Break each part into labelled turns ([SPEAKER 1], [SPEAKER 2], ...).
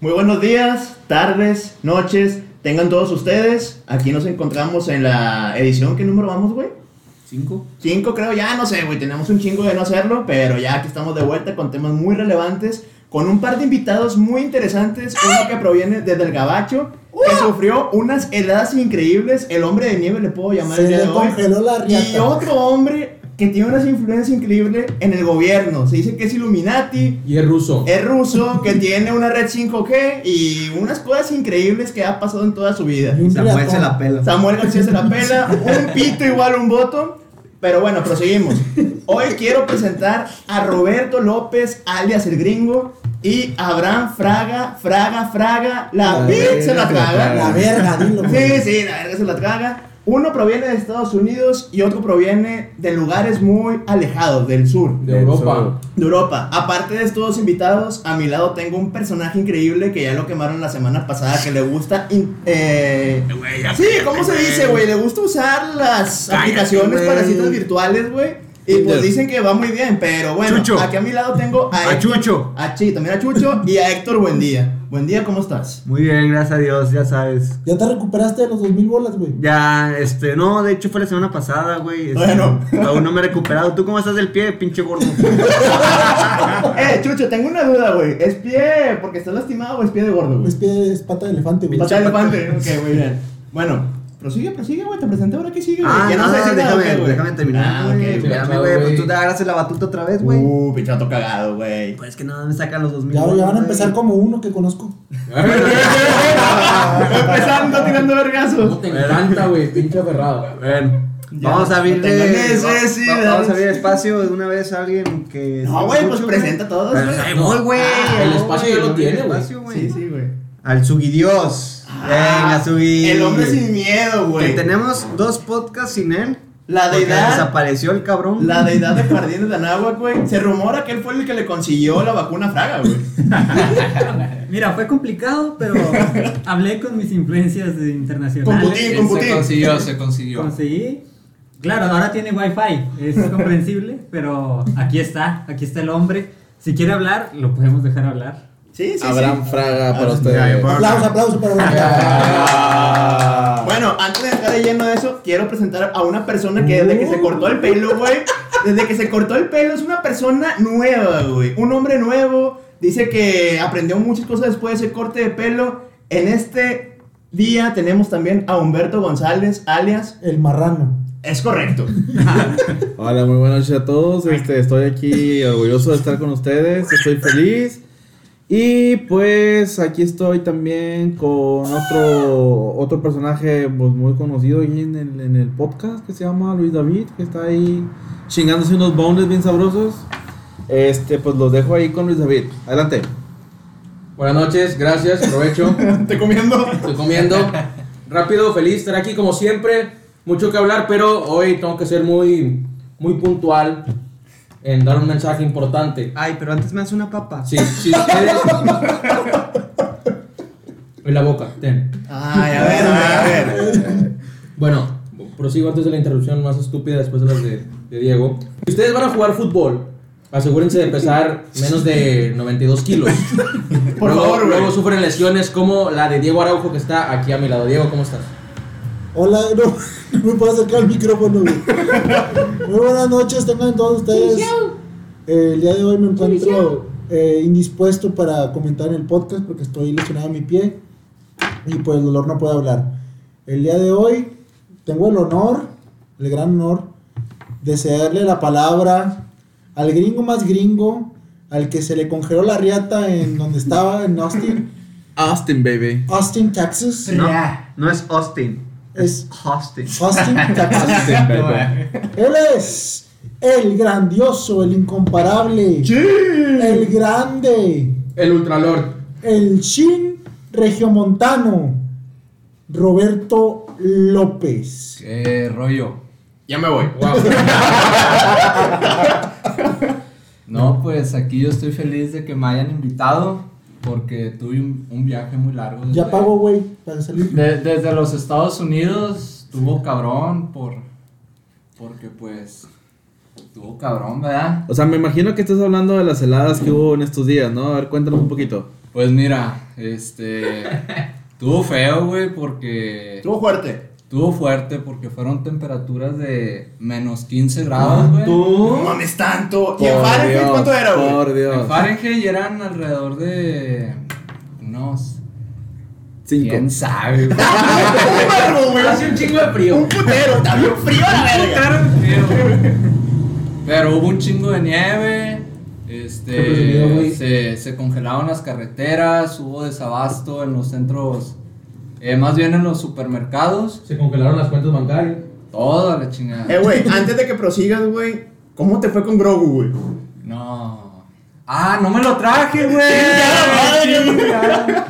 [SPEAKER 1] Muy buenos días, tardes, noches, tengan todos ustedes. Aquí nos encontramos en la edición, ¿qué número vamos, güey?
[SPEAKER 2] ¿Cinco?
[SPEAKER 1] Cinco creo, ya no sé, güey, tenemos un chingo de no hacerlo, pero ya aquí estamos de vuelta con temas muy relevantes, con un par de invitados muy interesantes, uno que proviene desde el Gabacho, que sufrió unas heladas increíbles, el hombre de nieve le puedo llamar
[SPEAKER 3] Se
[SPEAKER 1] el día
[SPEAKER 3] le
[SPEAKER 1] de hoy,
[SPEAKER 3] congeló la riata.
[SPEAKER 1] y otro hombre que tiene una influencia increíble en el gobierno, se dice que es Illuminati,
[SPEAKER 2] Y es ruso.
[SPEAKER 4] Eh,
[SPEAKER 1] es ruso, que tiene una red 5G y unas cosas increíbles que ha pasado en toda su vida.
[SPEAKER 3] Y un
[SPEAKER 5] Samuel
[SPEAKER 3] piratón.
[SPEAKER 5] se la pela.
[SPEAKER 1] Samuel García se la pela, un pito igual un voto. Pero bueno, proseguimos. Hoy quiero presentar a Roberto López, alias el gringo, y a Abraham Fraga, Fraga, Fraga, la
[SPEAKER 5] La
[SPEAKER 1] pizza se la
[SPEAKER 5] verga se la
[SPEAKER 3] La
[SPEAKER 1] traga.
[SPEAKER 5] traga.
[SPEAKER 3] verga, dilo.
[SPEAKER 1] Sí, sí, la verga se la traga. Uno proviene de Estados Unidos y otro proviene de lugares muy alejados, del sur.
[SPEAKER 2] de Europa.
[SPEAKER 1] De Europa. Aparte de estos dos invitados, a mi lado tengo un personaje increíble que ya lo quemaron la semana pasada, que le gusta... in- eh, sí, ¿cómo se dice, güey? Le gusta usar las
[SPEAKER 5] Cállate,
[SPEAKER 1] aplicaciones para
[SPEAKER 5] güey.
[SPEAKER 1] citas virtuales, güey. Y
[SPEAKER 5] Tinder.
[SPEAKER 1] pues dicen que va muy bien, pero bueno,
[SPEAKER 5] Chucho.
[SPEAKER 1] aquí a mi lado tengo a,
[SPEAKER 5] A
[SPEAKER 1] Héctor-
[SPEAKER 5] Chucho.
[SPEAKER 1] a Chi, también a Chucho y a Héctor Buendía. Buen día, ¿cómo estás?
[SPEAKER 5] Muy bien, gracias a Dios, ya sabes.
[SPEAKER 3] Ya te recuperaste de los 2000 bolas, güey.
[SPEAKER 5] Ya, este, no, de hecho fue la semana pasada, güey. este,
[SPEAKER 1] Bueno.
[SPEAKER 5] Aún no me he recuperado. ¿Tú cómo estás del pie, pinche gordo? Ah.
[SPEAKER 1] Eh, Chucho, tengo una duda, güey. ¿Es pie porque estás lastimado o es pie de gordo, güey?
[SPEAKER 3] Es que es pata de elefante, güey.
[SPEAKER 1] Pata de elefante. Ok, muy bien. Bueno, prosigue, prosigue, güey. Te presenté ahora que sigue, güey.
[SPEAKER 5] Ah,
[SPEAKER 1] ya no,
[SPEAKER 5] no,
[SPEAKER 1] sé si
[SPEAKER 5] déjame,
[SPEAKER 1] nada, güey.
[SPEAKER 5] déjame terminar,
[SPEAKER 1] Ah,
[SPEAKER 5] güey.
[SPEAKER 1] ok,
[SPEAKER 2] Sí,
[SPEAKER 5] Espérame,
[SPEAKER 2] claro,
[SPEAKER 5] güey, pues
[SPEAKER 2] güey.
[SPEAKER 5] tú te agarras la batuta otra vez, güey.
[SPEAKER 1] güey. Uh, pichato cagado, güey.
[SPEAKER 5] Pues que nada, me sacan los 2000.
[SPEAKER 3] Ya, ya van
[SPEAKER 5] bolas,
[SPEAKER 3] a empezar
[SPEAKER 5] güey.
[SPEAKER 3] como uno que conozco.
[SPEAKER 1] Empezando tirando vergazos.
[SPEAKER 2] ¿Cómo te encanta, güey? Pinche aferrado.
[SPEAKER 5] Bueno,
[SPEAKER 1] Ya,
[SPEAKER 5] vamos a
[SPEAKER 1] no
[SPEAKER 5] abrirle.
[SPEAKER 1] tengo
[SPEAKER 5] va- va-
[SPEAKER 1] necesidad.
[SPEAKER 5] Vamos a abrir espacio de una vez a alguien que.
[SPEAKER 1] No, güey, pues presenta a todos, güey.
[SPEAKER 5] Ahí voy, güey.
[SPEAKER 2] Ah, el espacio ya lo tiene, güey.
[SPEAKER 1] Sí, sí, güey.
[SPEAKER 5] Al Sugidios. Venga, Sugi.
[SPEAKER 1] Ah, El hombre sin miedo,
[SPEAKER 5] Que
[SPEAKER 1] güey.
[SPEAKER 5] tenemos dos podcasts sin él.
[SPEAKER 1] La
[SPEAKER 5] porque
[SPEAKER 1] deidad.
[SPEAKER 5] Desapareció el cabrón.
[SPEAKER 1] La deidad de Jardines de Anáhuac, güey. Se rumora que él fue el que le consiguió la vacuna a Fraga, güey.
[SPEAKER 6] Mira, fue complicado, pero hablé con mis influencias de-
[SPEAKER 1] Con
[SPEAKER 6] internacionales.
[SPEAKER 1] Putin, con
[SPEAKER 2] Se
[SPEAKER 1] Putin.
[SPEAKER 2] consiguió, se consiguió.
[SPEAKER 6] Conseguí. Claro, ahora tiene wifi, es comprensible, pero aquí está, aquí está el hombre. Si quiere hablar, lo podemos dejar hablar.
[SPEAKER 1] Sí, sí, sí.
[SPEAKER 4] Abraham Fraga para ustedes.
[SPEAKER 5] ya, ya,
[SPEAKER 3] Aplausos, aplausos para
[SPEAKER 1] Bueno, antes de entrar de lleno de eso, quiero presentar a una persona que desde que se cortó el pelo, güey. Desde que se cortó el pelo es una persona nueva, güey. Un hombre nuevo. Dice que aprendió muchas cosas después de ese corte de pelo. En este día tenemos también a Humberto González, alias.
[SPEAKER 3] El marrano.
[SPEAKER 1] Es correcto.
[SPEAKER 4] Hola, muy buenas noches a todos. Este, estoy aquí orgulloso de estar con ustedes. Estoy feliz. Y pues aquí estoy también con otro, otro personaje pues, muy conocido aquí en el, en el podcast que se llama Luis David, que está ahí chingándose unos bones bien sabrosos. Este, pues los dejo ahí con Luis David. Adelante.
[SPEAKER 2] Buenas noches, gracias, provecho.
[SPEAKER 1] Te comiendo.
[SPEAKER 2] Estoy comiendo. Rápido, feliz estar aquí como siempre. Mucho que hablar, pero hoy tengo que ser muy, muy puntual en dar un mensaje importante.
[SPEAKER 5] Ay, pero antes me hace una papa.
[SPEAKER 2] Sí, sí, ustedes. En la boca, ten.
[SPEAKER 1] Ay, a ver, a ver, a ver.
[SPEAKER 2] Bueno, prosigo antes de la interrupción más estúpida después de las de, de Diego. Si ustedes van a jugar fútbol, asegúrense de pesar menos de 92 kilos.
[SPEAKER 1] Por
[SPEAKER 2] luego,
[SPEAKER 1] favor, güey.
[SPEAKER 2] luego sufren lesiones como la de Diego Araujo que está aquí a mi lado. Diego, ¿cómo estás?
[SPEAKER 3] Hola, no, no me puedo acercar al micrófono, güey. Muy buenas noches, tengan todos ustedes. Eh, el día de hoy me encuentro eh, indispuesto para comentar en el podcast porque estoy lesionado a mi pie y pues el dolor no puede hablar. El día de hoy tengo el honor, el gran honor, de cederle la palabra al gringo más gringo, al que se le congeló la riata en donde estaba, en Austin,
[SPEAKER 4] Austin, baby.
[SPEAKER 3] Austin, Texas.
[SPEAKER 5] No,
[SPEAKER 6] Ya.
[SPEAKER 5] no es Austin.
[SPEAKER 3] Es
[SPEAKER 5] Austin.
[SPEAKER 3] Austin, Texas.
[SPEAKER 4] Austin, baby.
[SPEAKER 3] Él es el grandioso, el incomparable, el grande,
[SPEAKER 2] El Ultralord.
[SPEAKER 3] el Shin Regiomontano, Roberto López.
[SPEAKER 7] Qué rollo.
[SPEAKER 1] Ya me voy.
[SPEAKER 2] Wow.
[SPEAKER 7] No, pues aquí yo estoy feliz de que me hayan invitado porque tuve un, un viaje muy largo. Desde,
[SPEAKER 3] Ya pago, güey, para salir.
[SPEAKER 7] de- desde los Estados Unidos, tuvo cabrón por. Porque pues. Tuvo cabrón, ¿verdad?
[SPEAKER 4] O sea, me imagino que estás hablando de las heladas que hubo en estos días, ¿no? A ver, cuéntanos un poquito.
[SPEAKER 7] Pues mira, este. Estuvo feo, güey, porque.
[SPEAKER 1] Estuvo fuerte.
[SPEAKER 7] Estuvo fuerte porque fueron temperaturas de menos 15
[SPEAKER 2] Ah,
[SPEAKER 7] grados, güey.
[SPEAKER 1] No mames tanto. ¿Y en Fahrenheit cuánto era, güey?
[SPEAKER 4] Por Dios.
[SPEAKER 7] En Fahrenheit eran alrededor de. unos.
[SPEAKER 4] Cinco.
[SPEAKER 7] ¿Quién sabe, güey?
[SPEAKER 1] Bárbaro, güey.
[SPEAKER 2] Hace un chingo de frío.
[SPEAKER 1] Un putero, está bien frío la verga.
[SPEAKER 7] Pero hubo un chingo de nieve.
[SPEAKER 2] Qué presumido, güey.
[SPEAKER 7] Este, se, se congelaron las carreteras, hubo desabasto en los centros, eh, más bien en los supermercados,
[SPEAKER 2] Se congelaron las cuentas bancarias.
[SPEAKER 7] toda la chingada.
[SPEAKER 1] Eh, güey, antes de que prosigas, güey, ¿cómo te fue con Grogu, güey?
[SPEAKER 7] No. Ah, no me lo traje,
[SPEAKER 1] Chingada
[SPEAKER 7] güey. Chingada.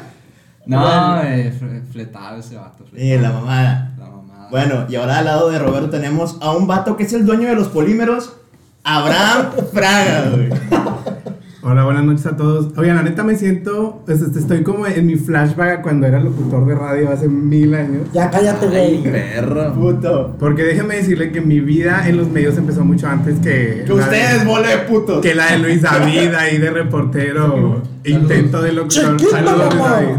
[SPEAKER 7] No, eh, fre- fletado ese vato.
[SPEAKER 1] Eh, la mamada.
[SPEAKER 7] La
[SPEAKER 6] Ah.
[SPEAKER 7] mamada.
[SPEAKER 1] Bueno, y ahora al lado de Roberto tenemos a un vato que es el dueño de los polímeros, Abraham Fraga, güey.
[SPEAKER 8] Hola, buenas noches a todos. Oigan, ahorita me siento, pues, este, estoy como en mi flashback a cuando era locutor de radio hace mil años.
[SPEAKER 3] Ya cállate,
[SPEAKER 4] Ay,
[SPEAKER 3] güey.
[SPEAKER 4] perro.
[SPEAKER 1] Puto.
[SPEAKER 8] Porque déjeme decirle que mi vida en los medios empezó mucho antes que...
[SPEAKER 1] Que
[SPEAKER 8] la de-
[SPEAKER 1] ustedes, bola de putos.
[SPEAKER 8] Que la de Luis David ahí de reportero, intento de locutor.
[SPEAKER 3] Chiquito,
[SPEAKER 8] Saludos, Luis
[SPEAKER 3] papá.
[SPEAKER 8] David.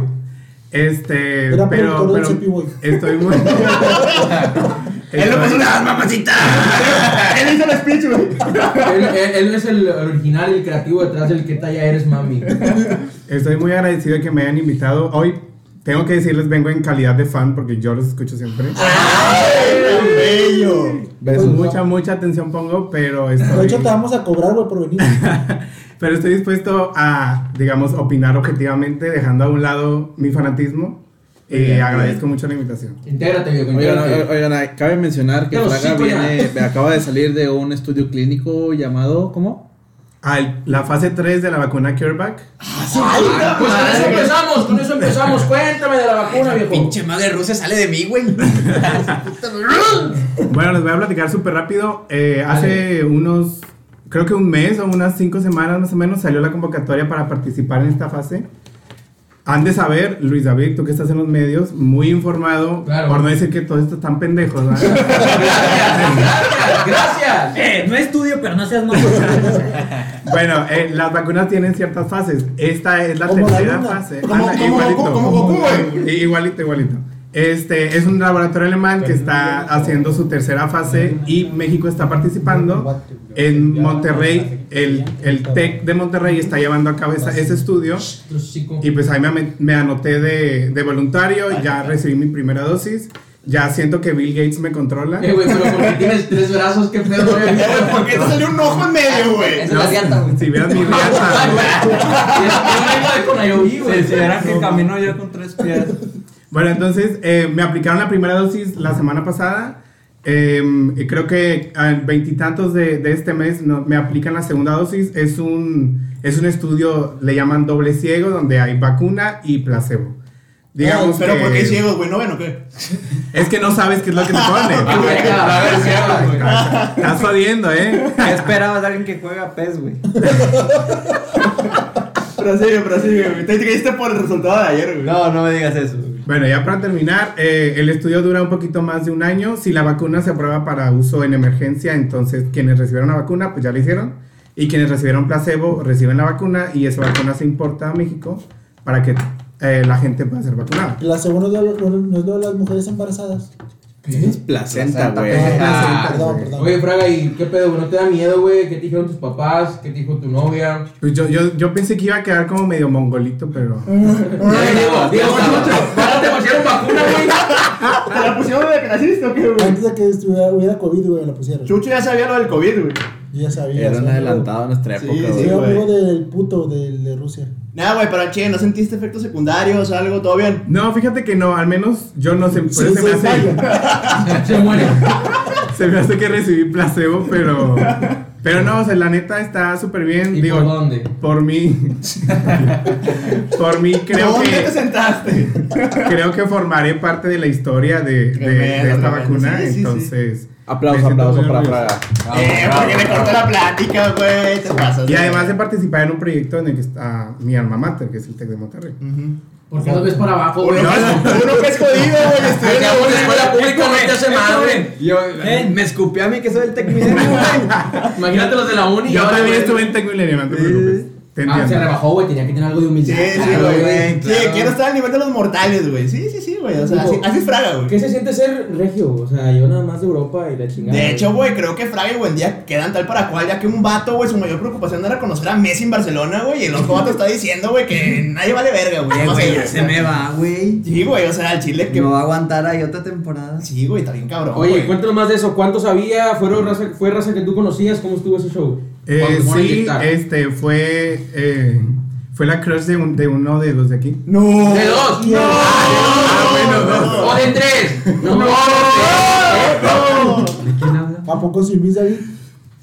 [SPEAKER 8] Este,
[SPEAKER 3] Era
[SPEAKER 8] pero,
[SPEAKER 3] productor del
[SPEAKER 8] pero
[SPEAKER 3] Cepi Boy.
[SPEAKER 8] estoy muy.
[SPEAKER 1] Él lo
[SPEAKER 8] Estoy-
[SPEAKER 1] pasó una mamacita. Él hizo el speech, güey.
[SPEAKER 2] Él, él- él es el original, el creativo detrás del que talla eres, mami.
[SPEAKER 8] Estoy muy agradecido de que me hayan invitado. Hoy tengo que decirles, vengo en calidad de fan porque yo los escucho siempre.
[SPEAKER 1] Tan bello.
[SPEAKER 4] Besos.
[SPEAKER 8] Mucha, mucha atención pongo, pero
[SPEAKER 3] Pues, De hecho,
[SPEAKER 8] estoy,
[SPEAKER 3] te vamos a cobrar, güey, por venir.
[SPEAKER 8] pero estoy dispuesto a, digamos, opinar objetivamente, dejando a un lado mi fanatismo.
[SPEAKER 1] Muy
[SPEAKER 8] Y
[SPEAKER 1] bien,
[SPEAKER 8] agradezco mucho la invitación.
[SPEAKER 2] Intégrate, viejo,
[SPEAKER 4] Oigan,
[SPEAKER 2] intégrate.
[SPEAKER 4] oigan, oigan, cabe mencionar que
[SPEAKER 2] Pero
[SPEAKER 4] Fraga
[SPEAKER 2] sí, coña.
[SPEAKER 4] viene, acaba de salir de un estudio clínico llamado, ¿cómo?
[SPEAKER 8] Ah, el- la fase 3 de la vacuna CureVac.
[SPEAKER 2] Pues con eso empezamos, con eso empezamos. Cuéntame de la vacuna, viejo.
[SPEAKER 1] madre rusa sale de mí, güey.
[SPEAKER 8] Bueno, les voy a platicar súper rápido. Eh, hace unos, creo que un mes o unas cinco semanas más o menos, salió la convocatoria para participar en esta fase. Han de saber, Luis David, tú que estás en los medios, muy informado,
[SPEAKER 2] Claro.
[SPEAKER 8] por no decir que todos estos están pendejos, ¿verdad?
[SPEAKER 2] Gracias, gracias.
[SPEAKER 6] Eh, no estudio, pero no seas mamón.
[SPEAKER 8] bueno, eh, las vacunas tienen ciertas fases. Esta es la
[SPEAKER 3] Como la
[SPEAKER 8] tercera
[SPEAKER 3] luna.
[SPEAKER 8] fase.
[SPEAKER 1] Como-
[SPEAKER 8] Anda,
[SPEAKER 1] como
[SPEAKER 8] igualito.
[SPEAKER 1] Goku, como Goku, güey.
[SPEAKER 8] Sí, Igualito, igualito. Este es un laboratorio alemán que está haciendo su tercera fase y México está participando. En Monterrey, el, el TEC de Monterrey está llevando a cabo esa- ese estudio.
[SPEAKER 2] Otro chico.
[SPEAKER 8] Y pues ahí me, ame- me anoté de, de voluntario, ya recibí mi primera dosis. Ya siento que Bill Gates me controla.
[SPEAKER 2] Eh, güey, pero porque tienes tres brazos, qué pedo, güey.
[SPEAKER 1] ¿Por qué te salió un ojo en medio, güey?
[SPEAKER 7] Esa es la riata, güey.
[SPEAKER 8] Si vieras mi riata, güey.
[SPEAKER 7] Se consideran que camino yo con tres pies.
[SPEAKER 8] Bueno, entonces eh, me aplicaron la primera dosis la semana pasada. Em, y creo que al veintitantos de, de este mes no- me aplican la segunda dosis. Es un, es un estudio, le llaman doble ciego, donde hay vacuna y placebo.
[SPEAKER 1] Oh,
[SPEAKER 8] Digamos
[SPEAKER 1] pero
[SPEAKER 8] que-
[SPEAKER 1] ¿por qué ciego, güey? ¿No ven o qué?
[SPEAKER 8] Es que no sabes qué es lo que te
[SPEAKER 2] Ah,
[SPEAKER 8] pone.
[SPEAKER 2] venga, a ver, sí, ah, güey.
[SPEAKER 8] Estás jodiendo, ¿eh?
[SPEAKER 5] ¿Qué esperabas de alguien que juega PES, güey?
[SPEAKER 1] Prosigue, prosigue, güey. Te creíste por el resultado de ayer, güey.
[SPEAKER 5] No, no me digas eso.
[SPEAKER 8] Bueno, ya para terminar, eh, el estudio dura un poquito más de un año. Si la vacuna se aprueba para uso en emergencia, entonces quienes recibieron la vacuna, pues ya la hicieron. Y quienes recibieron placebo, reciben la vacuna y esa vacuna se importa a México para que eh, la gente pueda ser vacunada.
[SPEAKER 3] La segunda no es lo- no es lo de las mujeres embarazadas.
[SPEAKER 4] Es placenta,
[SPEAKER 7] Placenta,
[SPEAKER 4] güey.
[SPEAKER 8] Ah,
[SPEAKER 3] Ah, perdón,
[SPEAKER 8] güey.
[SPEAKER 3] perdón.
[SPEAKER 2] Oye, Fraga, ¿y qué pedo, güey? ¿No te da miedo, güey? ¿Qué te dijeron tus papás? ¿Qué te dijo tu novia?
[SPEAKER 8] Pues yo, yo, yo pensé que iba a quedar como medio mongolito, pero...
[SPEAKER 2] Digo, digo, Chucho, ¿para te pusieron vacuna, güey?
[SPEAKER 1] ¿Te la pusieron desde que naciste o qué, güey?
[SPEAKER 3] Antes de que estuviera, hubiera COVID, güey, me la pusieron. Yo
[SPEAKER 1] Chucho ya sabía lo del COVID, güey.
[SPEAKER 3] ya sabía.
[SPEAKER 4] Era
[SPEAKER 3] soy
[SPEAKER 4] un
[SPEAKER 3] amigo-
[SPEAKER 4] adelantado en nuestra
[SPEAKER 1] Sí,
[SPEAKER 4] época,
[SPEAKER 1] sí.
[SPEAKER 4] güey.
[SPEAKER 3] Soy amigo
[SPEAKER 1] güey.
[SPEAKER 3] del puto del de Rusia.
[SPEAKER 1] Nah, güey, pero che, ¿no sentiste efectos secundarios o algo? ¿Todo bien?
[SPEAKER 8] No, fíjate que no, al menos yo no sé, por
[SPEAKER 3] Sí,
[SPEAKER 8] eso se, me
[SPEAKER 3] sí,
[SPEAKER 8] hace,
[SPEAKER 3] falla.
[SPEAKER 2] Se muere.
[SPEAKER 8] se me hace que recibí placebo, pero... Pero no, o sea, la neta está súper bien.
[SPEAKER 2] ¿Y
[SPEAKER 8] Digo,
[SPEAKER 2] por dónde?
[SPEAKER 8] Por mí. por mí creo
[SPEAKER 1] ¿Dónde te
[SPEAKER 8] que.
[SPEAKER 1] sentaste?
[SPEAKER 8] Creo que formaré parte de la historia de, de-
[SPEAKER 1] Tremendo,
[SPEAKER 8] de esta
[SPEAKER 1] tremendo.
[SPEAKER 8] vacuna.
[SPEAKER 1] Sí, sí, sí.
[SPEAKER 8] entonces.
[SPEAKER 4] Aplausos,
[SPEAKER 8] me siento
[SPEAKER 4] aplausos
[SPEAKER 8] muy
[SPEAKER 4] para
[SPEAKER 8] orgulloso.
[SPEAKER 4] Fraga.
[SPEAKER 1] eh, porque me cortó la plática, güey. Te pasas.
[SPEAKER 8] Ah, Y
[SPEAKER 1] güey.
[SPEAKER 8] además de participar en un proyecto en el que está mi alma mater, que es el Tec de Monterrey.
[SPEAKER 1] Ujú.
[SPEAKER 2] ¿Por qué no ves para abajo,
[SPEAKER 1] Uno
[SPEAKER 2] güey?
[SPEAKER 1] que es- uno que es jodido, güey. estudió en la
[SPEAKER 2] Acabo de
[SPEAKER 1] UNAM.
[SPEAKER 8] pues,
[SPEAKER 2] escuela pública, no te hace madre.
[SPEAKER 5] Yo, Me escupí a mí que soy el técnico.
[SPEAKER 2] Imagínate los de la uni.
[SPEAKER 8] Yo
[SPEAKER 2] ahora,
[SPEAKER 8] también
[SPEAKER 2] güey.
[SPEAKER 8] estuve en Tec Milenio, no te preocupes. Te
[SPEAKER 2] Ah, se
[SPEAKER 8] entiendo.
[SPEAKER 2] rebajó, güey, tenía que tener algo de
[SPEAKER 1] Sí,
[SPEAKER 2] humildad.
[SPEAKER 1] sí,
[SPEAKER 2] Claro,
[SPEAKER 1] güey.
[SPEAKER 2] güey,
[SPEAKER 1] Sí,
[SPEAKER 2] claro.
[SPEAKER 1] quiero estar al nivel de los mortales, güey. Sí, sí, sí, güey. O sea, así, así es Fraga, güey.
[SPEAKER 2] ¿Qué se siente ser regio? O sea, yo nada más de Europa y la chingada.
[SPEAKER 1] De hecho, güey, creo que Fraga y Buendía quedan tal para cual, ya que un vato, güey, su mayor preocupación era conocer a Messi en Barcelona, güey, y el otro vato está diciendo, güey, que nadie vale verga, güey.
[SPEAKER 5] Eh,
[SPEAKER 1] nomás
[SPEAKER 5] güey,
[SPEAKER 1] ellos,
[SPEAKER 5] ya se
[SPEAKER 1] güey.
[SPEAKER 5] me va, güey.
[SPEAKER 1] Sí, güey, o sea, el Chile que...
[SPEAKER 5] No va a aguantar ahí otra temporada.
[SPEAKER 1] Sí, güey, está bien cabrón,
[SPEAKER 2] Oye,
[SPEAKER 1] güey.
[SPEAKER 2] cuéntanos más de eso. ¿Cuántos había? ¿Fueron raza, ¿Fue raza que tú conocías? ¿Cómo estuvo ese show?
[SPEAKER 8] Eh,
[SPEAKER 2] Cuando fueron a
[SPEAKER 8] sí,
[SPEAKER 2] inyectar.
[SPEAKER 8] este fue eh, fue la crush de, un- de uno de los de aquí.
[SPEAKER 1] ¡No!
[SPEAKER 2] ¿De dos?
[SPEAKER 1] ¡No!
[SPEAKER 2] Ah, bueno, dos. ¿O de tres? No, no,
[SPEAKER 1] ¡No!
[SPEAKER 3] ¿A poco sin mis David?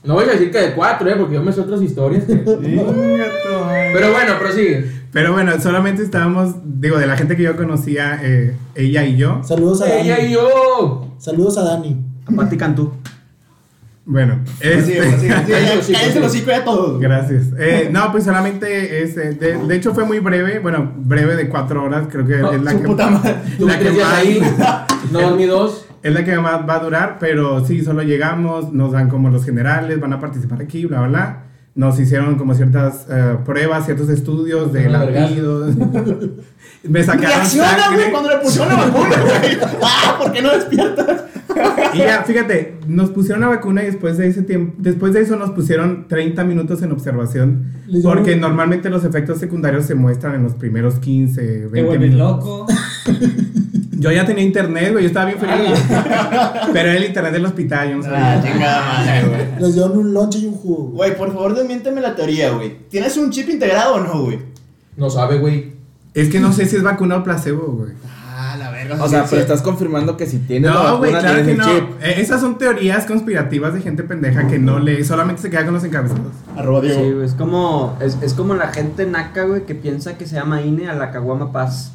[SPEAKER 2] no voy a decir que de cuatro, ¿eh? Porque yo me sé otras historias. Pero bueno, prosigue.
[SPEAKER 8] Pero bueno, solamente estábamos, digo, de la gente que yo conocía, eh, ella y yo.
[SPEAKER 3] Saludos a
[SPEAKER 2] Ella y
[SPEAKER 3] Dani.
[SPEAKER 2] yo.
[SPEAKER 3] Saludos a Dani.
[SPEAKER 5] Pati Cantú.
[SPEAKER 8] Bueno,
[SPEAKER 1] Sí,
[SPEAKER 8] este-
[SPEAKER 1] güey, sí, sí, ya,
[SPEAKER 2] Cállate,
[SPEAKER 1] Cállense
[SPEAKER 2] sí.
[SPEAKER 1] los hocico ya todos. güey.
[SPEAKER 8] Gracias. Eh, no, pues solamente, este, de, de hecho fue muy breve, bueno, breve de cuatro horas, creo que es la
[SPEAKER 1] Su
[SPEAKER 8] que...
[SPEAKER 1] puta madre.
[SPEAKER 2] Tuve
[SPEAKER 8] La que
[SPEAKER 2] tres días
[SPEAKER 8] va
[SPEAKER 2] ahí.
[SPEAKER 8] ahí.
[SPEAKER 2] No dormí dos.
[SPEAKER 8] Es la que más va a durar, pero sí, solo llegamos, nos dan como los generales, van a participar aquí, bla, bla, bla. Nos hicieron como ciertas eh, pruebas, ciertos estudios de
[SPEAKER 2] Una vergada.
[SPEAKER 8] latidos. Me sacaron
[SPEAKER 1] Ah, Reacciona,
[SPEAKER 8] sangre.
[SPEAKER 1] güey, cuando le pusieron la vacuna, güey. ¡Ah! ¿Por qué no despiertas?
[SPEAKER 8] Y ya, fíjate, nos pusieron la vacuna y después de ese tiempo, después de eso nos pusieron 30 minutos en observación,
[SPEAKER 3] Les llaman-
[SPEAKER 8] porque normalmente los efectos secundarios se muestran en los primeros 15,
[SPEAKER 6] Te
[SPEAKER 8] 20
[SPEAKER 6] vuelves
[SPEAKER 8] minutos.
[SPEAKER 6] loco.
[SPEAKER 8] Yo ya tenía internet, güey, yo estaba bien feliz.
[SPEAKER 6] Ah.
[SPEAKER 8] pero era el internet del hospital, yo no
[SPEAKER 1] Ah,
[SPEAKER 8] sabía.
[SPEAKER 1] chingada madre, güey.
[SPEAKER 3] Les dieron un lonche y un jugo. güey.
[SPEAKER 1] Güey, por favor, desmiénteme la teoría, güey. ¿Tienes un chip integrado o no, güey?
[SPEAKER 2] No sabe, güey.
[SPEAKER 8] Es que no sé si es vacuna o placebo, güey.
[SPEAKER 1] Ah, la verga.
[SPEAKER 4] O sea, pero estás confirmando que si tienes la
[SPEAKER 8] No, güey,
[SPEAKER 4] vacuna
[SPEAKER 8] claro que
[SPEAKER 4] tienes
[SPEAKER 8] no.
[SPEAKER 4] el chip.
[SPEAKER 8] Eh, Esas son teorías conspirativas de gente pendeja que no lee, solamente se queda con los encabezados.
[SPEAKER 1] Arroba
[SPEAKER 5] Sí,
[SPEAKER 1] Diego.
[SPEAKER 5] güey, es como, es, es como la gente naca, güey, que piensa que se llama INE a la Caguama Paz.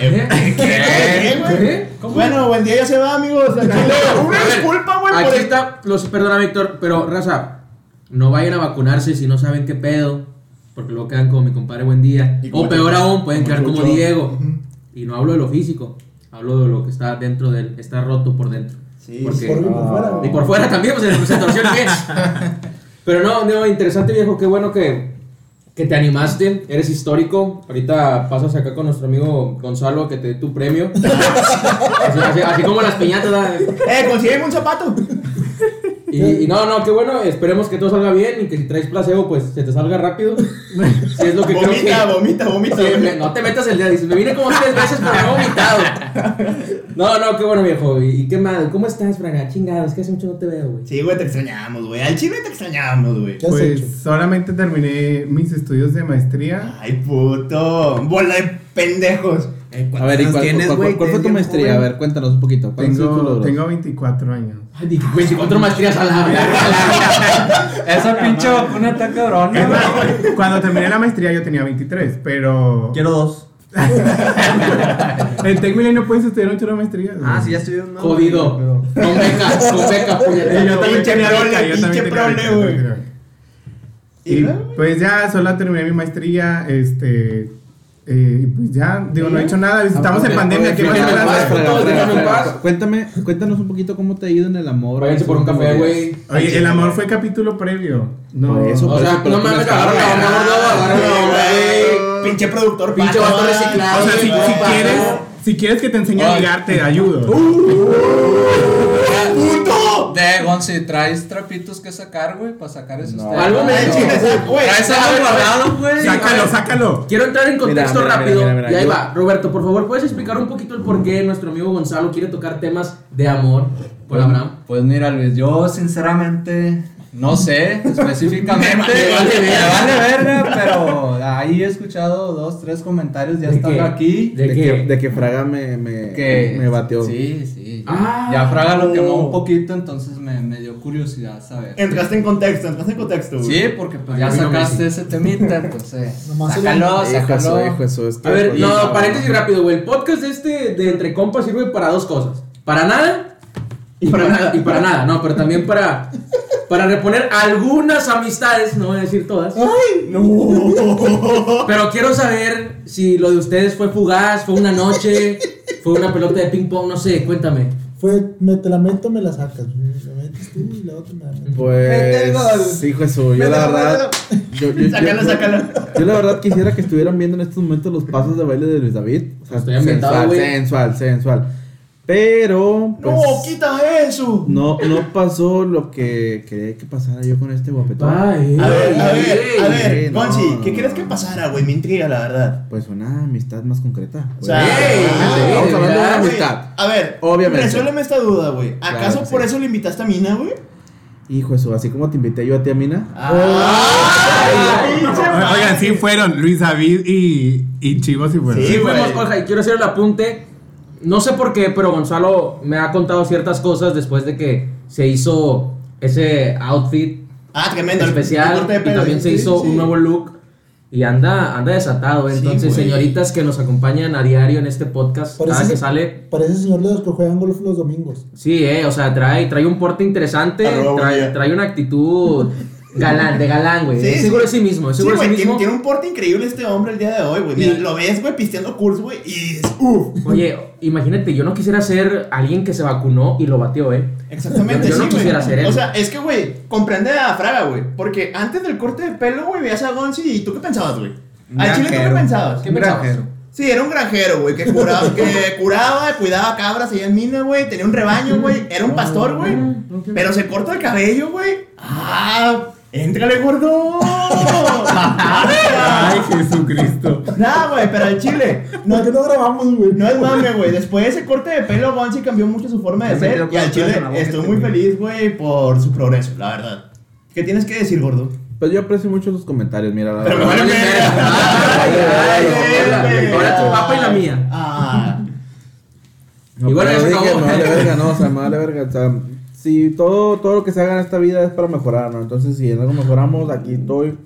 [SPEAKER 1] Eh, ¿Qué? ¿Qué, güey?
[SPEAKER 2] ¿Qué?
[SPEAKER 1] ¿Cómo? Bueno, buen día ya se va, amigos. Al chile, Una
[SPEAKER 2] A ver,
[SPEAKER 1] disculpa, güey, por
[SPEAKER 2] Aquí
[SPEAKER 1] el-
[SPEAKER 2] está, los, perdona, Víctor, pero raza, no vayan a vacunarse si no saben qué pedo, porque luego quedan como mi compadre buen día.
[SPEAKER 1] Y como
[SPEAKER 2] O peor
[SPEAKER 1] yo.
[SPEAKER 2] aún, pueden
[SPEAKER 1] Como
[SPEAKER 2] quedar
[SPEAKER 1] yo,
[SPEAKER 2] como
[SPEAKER 1] yo.
[SPEAKER 2] Diego. Y no hablo de lo físico, hablo de lo que está dentro del, está roto por dentro.
[SPEAKER 1] Sí,
[SPEAKER 2] Porque-
[SPEAKER 3] Por mí, por
[SPEAKER 4] Ah.
[SPEAKER 3] fuera,
[SPEAKER 2] Y
[SPEAKER 3] güey.
[SPEAKER 2] por fuera también, pues en la presentación ¿qué? Pero no, no, interesante viejo, qué bueno que, que te animaste, eres histórico. Ahorita pasas acá con nuestro amigo Gonzalo a que te dé tu premio. Así, así- así como las piñatas. ¿verdad?
[SPEAKER 1] Eh, consígueme un zapato.
[SPEAKER 2] Y, y no, no, qué bueno, esperemos que todo salga bien y que si traes placebo, pues se te salga rápido. Si es lo que creo que.
[SPEAKER 1] Vomita, vomita, vomita.
[SPEAKER 2] Sí, me- no te metas el día, dices, me vine como tres veces pero no he vomitado. No, no, qué bueno, viejo. ¿Y y qué mal? ¿Cómo estás, Fraga? Chingado, es que hace mucho no te veo, güey.
[SPEAKER 1] Sí, güey, te extrañamos, güey. Al chile te extrañamos, güey.
[SPEAKER 3] ¿Qué has
[SPEAKER 8] Pues
[SPEAKER 3] hecho?
[SPEAKER 8] solamente terminé mis estudios de maestría.
[SPEAKER 1] Ay, puto. Bola de pendejos.
[SPEAKER 4] A ver, ¿y
[SPEAKER 5] ¿Cuántos
[SPEAKER 4] cuál,
[SPEAKER 5] tienes,
[SPEAKER 4] cuál-
[SPEAKER 5] güey?
[SPEAKER 4] cuál fue
[SPEAKER 5] Te
[SPEAKER 4] tu
[SPEAKER 5] dio
[SPEAKER 4] maestría?
[SPEAKER 5] joven.
[SPEAKER 4] A ver, cuéntanos un poquito. pues. ¿Cuál es tu
[SPEAKER 8] Tengo,
[SPEAKER 4] logro?
[SPEAKER 8] tengo 24 años.
[SPEAKER 2] Ay, dije, 24 maestrías al la
[SPEAKER 7] Esa pinche vacuna está
[SPEAKER 8] Es
[SPEAKER 7] cabrona.
[SPEAKER 8] más, Cuando terminé la maestría yo tenía 23, pero...
[SPEAKER 5] Quiero dos.
[SPEAKER 8] En Tech Milenio puedes estudiar ocho horas de maestría. güey.
[SPEAKER 5] Ah, sí, ya estudió uno.
[SPEAKER 2] Jodido. Con beca, con beca,
[SPEAKER 8] Eh,
[SPEAKER 2] puñetero.
[SPEAKER 8] yo también
[SPEAKER 1] Pinche
[SPEAKER 8] tenía
[SPEAKER 1] prole,
[SPEAKER 8] beca, yo
[SPEAKER 1] pinche
[SPEAKER 8] también tenía
[SPEAKER 1] prole,
[SPEAKER 8] beca, yo
[SPEAKER 1] güey.
[SPEAKER 8] también tenía beca.
[SPEAKER 1] Y
[SPEAKER 8] Y
[SPEAKER 1] luego, güey.
[SPEAKER 8] pues ya, solo terminé mi maestría, este... eh, y pues ya, digo, no he hecho nada, estamos en
[SPEAKER 2] ok,
[SPEAKER 8] pandemia,
[SPEAKER 2] ok,
[SPEAKER 8] ¿qué más
[SPEAKER 2] ok,
[SPEAKER 8] me
[SPEAKER 2] ok,
[SPEAKER 8] das?
[SPEAKER 2] ok.
[SPEAKER 4] Espera,
[SPEAKER 2] Todos
[SPEAKER 4] espera,
[SPEAKER 2] déjame en
[SPEAKER 4] espera.
[SPEAKER 2] paz.
[SPEAKER 4] Cuéntame, cuéntanos un poquito cómo te ha ido en el amor.
[SPEAKER 2] Váyanse por un café, güey.
[SPEAKER 8] Oye, el amor fue capítulo previo. No,
[SPEAKER 4] Por eso.
[SPEAKER 2] O sea, no mames, agarra la onda, agarra la onda, güey.
[SPEAKER 1] Pinche productor,
[SPEAKER 2] Pinche
[SPEAKER 1] pato,
[SPEAKER 2] vato
[SPEAKER 1] ah.
[SPEAKER 2] reciclado,
[SPEAKER 8] O sea, si,
[SPEAKER 1] güey.
[SPEAKER 8] si quieres, si quieres que te enseñe a
[SPEAKER 7] Ay.
[SPEAKER 8] ligar, te ayudo.
[SPEAKER 1] ¡Puto!
[SPEAKER 7] De Gonzi, traes trapitos que sacar, güey, para sacar esos
[SPEAKER 4] No.
[SPEAKER 7] temas.
[SPEAKER 2] Algo me
[SPEAKER 1] Ay,
[SPEAKER 2] dicho.
[SPEAKER 1] chingas, güey.
[SPEAKER 7] Traes algo guardado, güey.
[SPEAKER 8] sácalo, sácalo.
[SPEAKER 2] Quiero entrar en contexto
[SPEAKER 4] Mira, mira,
[SPEAKER 2] rápido.
[SPEAKER 4] mira, mira,
[SPEAKER 2] y ahí
[SPEAKER 4] yo-
[SPEAKER 2] va. Roberto, por favor, ¿puedes explicar un poquito el por qué nuestro amigo Gonzalo quiere tocar temas de amor por
[SPEAKER 7] Pues,
[SPEAKER 2] Abraham?
[SPEAKER 7] pues mira, Luis, yo sinceramente no sé específicamente.
[SPEAKER 2] Me vale- me vale verga.
[SPEAKER 7] Me vale verga, pero ahí he escuchado dos, tres
[SPEAKER 4] pues
[SPEAKER 7] comentarios ya
[SPEAKER 2] ¿De
[SPEAKER 7] estando
[SPEAKER 2] qué?
[SPEAKER 7] aquí.
[SPEAKER 4] De,
[SPEAKER 2] ¿De
[SPEAKER 4] que,
[SPEAKER 2] qué?
[SPEAKER 4] de que Fraga me, me,
[SPEAKER 7] Que
[SPEAKER 4] me batió.
[SPEAKER 7] Sí, sí.
[SPEAKER 2] Ah.
[SPEAKER 7] ya Fraga lo quemó un poquito, entonces me, me dio curiosidad saber.
[SPEAKER 1] Entraste en contexto, entraste en contexto, güey.
[SPEAKER 7] Sí, porque pues,
[SPEAKER 2] Ay,
[SPEAKER 7] ya
[SPEAKER 2] vino
[SPEAKER 7] sacaste ese temita, entonces.
[SPEAKER 3] Nomás el-
[SPEAKER 7] sácalo,
[SPEAKER 4] Hijo de su- hijo
[SPEAKER 7] sácalo.
[SPEAKER 4] de su- es que-
[SPEAKER 2] A ver,
[SPEAKER 4] Oye,
[SPEAKER 2] no, paréntesis rápido, güey. El podcast de este de Entre Compas sirve para dos cosas. Para nada y para nada. Y para nada, no, pero también para, para reponer algunas amistades, no voy a decir todas.
[SPEAKER 3] ¡Ay!
[SPEAKER 2] Pero quiero saber si lo de ustedes fue fugaz, fue una noche, fue una pelota de ping pong, no sé, cuéntame.
[SPEAKER 3] fue, me te la meto, me la sacas. Me metes tú y la otra me la meto.
[SPEAKER 4] Pues,
[SPEAKER 1] Mételo al-
[SPEAKER 4] hijo de su, yo la
[SPEAKER 1] Mételo,
[SPEAKER 4] verdad. Yo, yo- yo-
[SPEAKER 1] Sácalo,
[SPEAKER 4] yo-
[SPEAKER 1] sácalo.
[SPEAKER 4] yo la verdad quisiera que estuvieran viendo en estos momentos los pasos de baile de Luis David. O sea,
[SPEAKER 2] Estoy ambientado,
[SPEAKER 4] sensual,
[SPEAKER 2] güey.
[SPEAKER 4] sensual, sensual. Pero, pues,
[SPEAKER 1] No, quita eso.
[SPEAKER 4] no, no pasó lo que quería que pasara yo con este guapetón.
[SPEAKER 1] Ah. A ver, a ver, a
[SPEAKER 4] Sí,
[SPEAKER 1] ver,
[SPEAKER 4] no,
[SPEAKER 1] Gonzi, ¿qué
[SPEAKER 4] no,
[SPEAKER 1] crees
[SPEAKER 4] no.
[SPEAKER 1] que pasara, güey? Me intriga, la verdad.
[SPEAKER 4] Pues una amistad más concreta.
[SPEAKER 1] O sea,
[SPEAKER 4] Obviamente,
[SPEAKER 1] ah,
[SPEAKER 4] Estamos
[SPEAKER 1] güey,
[SPEAKER 4] hablando de una
[SPEAKER 1] güey.
[SPEAKER 4] amistad.
[SPEAKER 1] A ver,
[SPEAKER 4] Obviamente.
[SPEAKER 1] Resuélveme esta duda, güey. ¿Acaso
[SPEAKER 4] Claro,
[SPEAKER 1] por
[SPEAKER 4] sí.
[SPEAKER 1] eso le invitaste a Mina, güey?
[SPEAKER 4] Hijo de su, así como te invité yo a ti, a Mina.
[SPEAKER 2] Ah.
[SPEAKER 1] Ay, pinche madre.
[SPEAKER 8] Oigan, sí fueron Luis David y, y Chivo, sí fueron.
[SPEAKER 2] Sí,
[SPEAKER 1] Sí,
[SPEAKER 2] fuimos,
[SPEAKER 1] güey.
[SPEAKER 2] oja, y quiero hacer el apunte. No sé por qué, pero Gonzalo me ha contado ciertas cosas después de que se hizo ese outfit
[SPEAKER 1] Ah, tremendo. el- el
[SPEAKER 2] especial
[SPEAKER 1] corte de
[SPEAKER 2] y
[SPEAKER 1] pelo.
[SPEAKER 2] también se
[SPEAKER 1] Sí,
[SPEAKER 2] hizo
[SPEAKER 1] sí.
[SPEAKER 2] un nuevo look y anda anda desatado.
[SPEAKER 1] Sí,
[SPEAKER 2] Entonces,
[SPEAKER 1] güey.
[SPEAKER 2] señoritas que nos acompañan a diario en este podcast, cada
[SPEAKER 3] Parece-
[SPEAKER 2] que sale,
[SPEAKER 3] Parece señor de los que juegan golf los domingos.
[SPEAKER 2] sí, eh, o sea, trae trae un porte interesante,
[SPEAKER 1] Arroba, buen
[SPEAKER 2] trae,
[SPEAKER 1] día.
[SPEAKER 2] trae una actitud galán, de galán, güey.
[SPEAKER 1] Sí,
[SPEAKER 2] Es
[SPEAKER 1] sí.
[SPEAKER 2] seguro de sí mismo, es
[SPEAKER 1] Sí,
[SPEAKER 2] seguro de
[SPEAKER 1] güey,
[SPEAKER 2] sí
[SPEAKER 1] tiene-
[SPEAKER 2] mismo.
[SPEAKER 1] tiene, un porte increíble este hombre el día de hoy, güey. Mira, lo ves, güey, pisteando curso, güey, y es uff.
[SPEAKER 2] Oye, imagínate, yo no quisiera ser alguien que se vacunó y lo batió, eh.
[SPEAKER 1] Exactamente,
[SPEAKER 2] Yo no
[SPEAKER 1] sí, güey.
[SPEAKER 2] quisiera hacer eso.
[SPEAKER 1] O sea, es que, güey, comprende a Fraga, güey. Porque antes del corte de pelo, güey, veías a Gonzi y tú qué pensabas, güey. Al chile, ¿tú qué
[SPEAKER 7] Granjero.
[SPEAKER 1] pensabas?
[SPEAKER 2] ¿Qué pensabas?
[SPEAKER 1] Sí, era un granjero, güey, que curaba, que curaba, cuidaba cabras allá en mina, güey, tenía un rebaño, güey, era un pastor, güey. Pero se corta el cabello, güey. ¡Ah! ¡Éntrale, gordo!
[SPEAKER 8] Ay, Jesucristo.
[SPEAKER 1] Nada, güey, pero al chile.
[SPEAKER 3] No,
[SPEAKER 1] No,
[SPEAKER 3] que no grabamos, güey.
[SPEAKER 1] no es mame, güey. Después de ese corte de pelo, Gonzi cambió mucho su forma de
[SPEAKER 7] Ya me
[SPEAKER 1] ser.
[SPEAKER 7] quedo
[SPEAKER 1] Y
[SPEAKER 7] con
[SPEAKER 1] al
[SPEAKER 7] las
[SPEAKER 1] chile
[SPEAKER 7] cosas en la boca,
[SPEAKER 1] estoy
[SPEAKER 7] este,
[SPEAKER 1] muy
[SPEAKER 7] güey.
[SPEAKER 1] feliz, güey, por su progreso, la verdad. ¿Qué tienes que decir, gordo?
[SPEAKER 4] Pues yo aprecio mucho los comentarios, mira. La
[SPEAKER 1] Pero me
[SPEAKER 4] verdad.
[SPEAKER 1] vale verga.
[SPEAKER 2] Ay, ay, ay, ahora tu papa y la mía.
[SPEAKER 1] Ah.
[SPEAKER 4] No,
[SPEAKER 2] Y bueno,
[SPEAKER 4] pero
[SPEAKER 2] ya se
[SPEAKER 4] dije,
[SPEAKER 2] acabó.
[SPEAKER 4] me vale verga, no, o sea, me vale verga. O sea, si todo, todo lo que se haga en esta vida es para mejorar, ¿no? Entonces, si en algo mejoramos, aquí estoy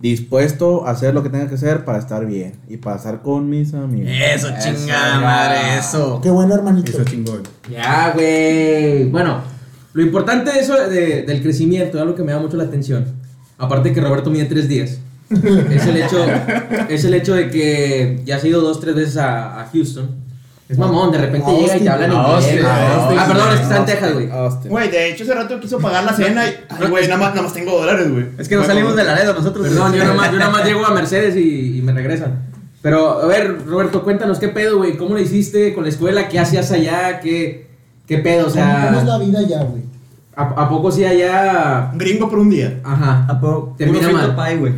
[SPEAKER 4] dispuesto a hacer lo que tenga que hacer para estar bien y para estar con mis amigos.
[SPEAKER 7] Eso, chingada madre, eso.
[SPEAKER 3] Oh, Qué bueno, hermanito.
[SPEAKER 8] Eso chingón.
[SPEAKER 2] Ya, güey. Bueno, lo importante de eso de- del crecimiento es algo que me da mucho la atención. Aparte que Roberto mide tres días. Es el hecho, es el hecho de que ya has ido dos, tres veces a, a Houston. Es mamón, de repente
[SPEAKER 3] A
[SPEAKER 2] llega y
[SPEAKER 3] Austin,
[SPEAKER 2] te hablan en
[SPEAKER 7] a Austin,
[SPEAKER 2] inglés.
[SPEAKER 7] a
[SPEAKER 2] Ah,
[SPEAKER 7] Austin.
[SPEAKER 2] perdón, es que está en Texas, güey.
[SPEAKER 4] Austin.
[SPEAKER 1] Güey, de hecho, hace rato quiso pagar la cena y. Ay, güey, nada más, nada más tengo dólares, güey.
[SPEAKER 7] Es que nos salimos de Laredo nosotros.
[SPEAKER 2] Perdón, yo nada más, yo nada más llego a Mercedes y, y me regresan. Pero, a ver, Roberto, cuéntanos qué pedo, güey. ¿Cómo lo hiciste con la escuela? ¿Qué hacías allá? ¿Qué, qué pedo? O
[SPEAKER 3] ¿Cómo es la
[SPEAKER 2] sea,
[SPEAKER 3] vida ya, güey?
[SPEAKER 2] ¿a, a poco sí allá?
[SPEAKER 1] Un gringo por un día.
[SPEAKER 2] Ajá.
[SPEAKER 5] ¿A poco?
[SPEAKER 2] Termina
[SPEAKER 5] Puro frito
[SPEAKER 2] mal.
[SPEAKER 5] pie, güey.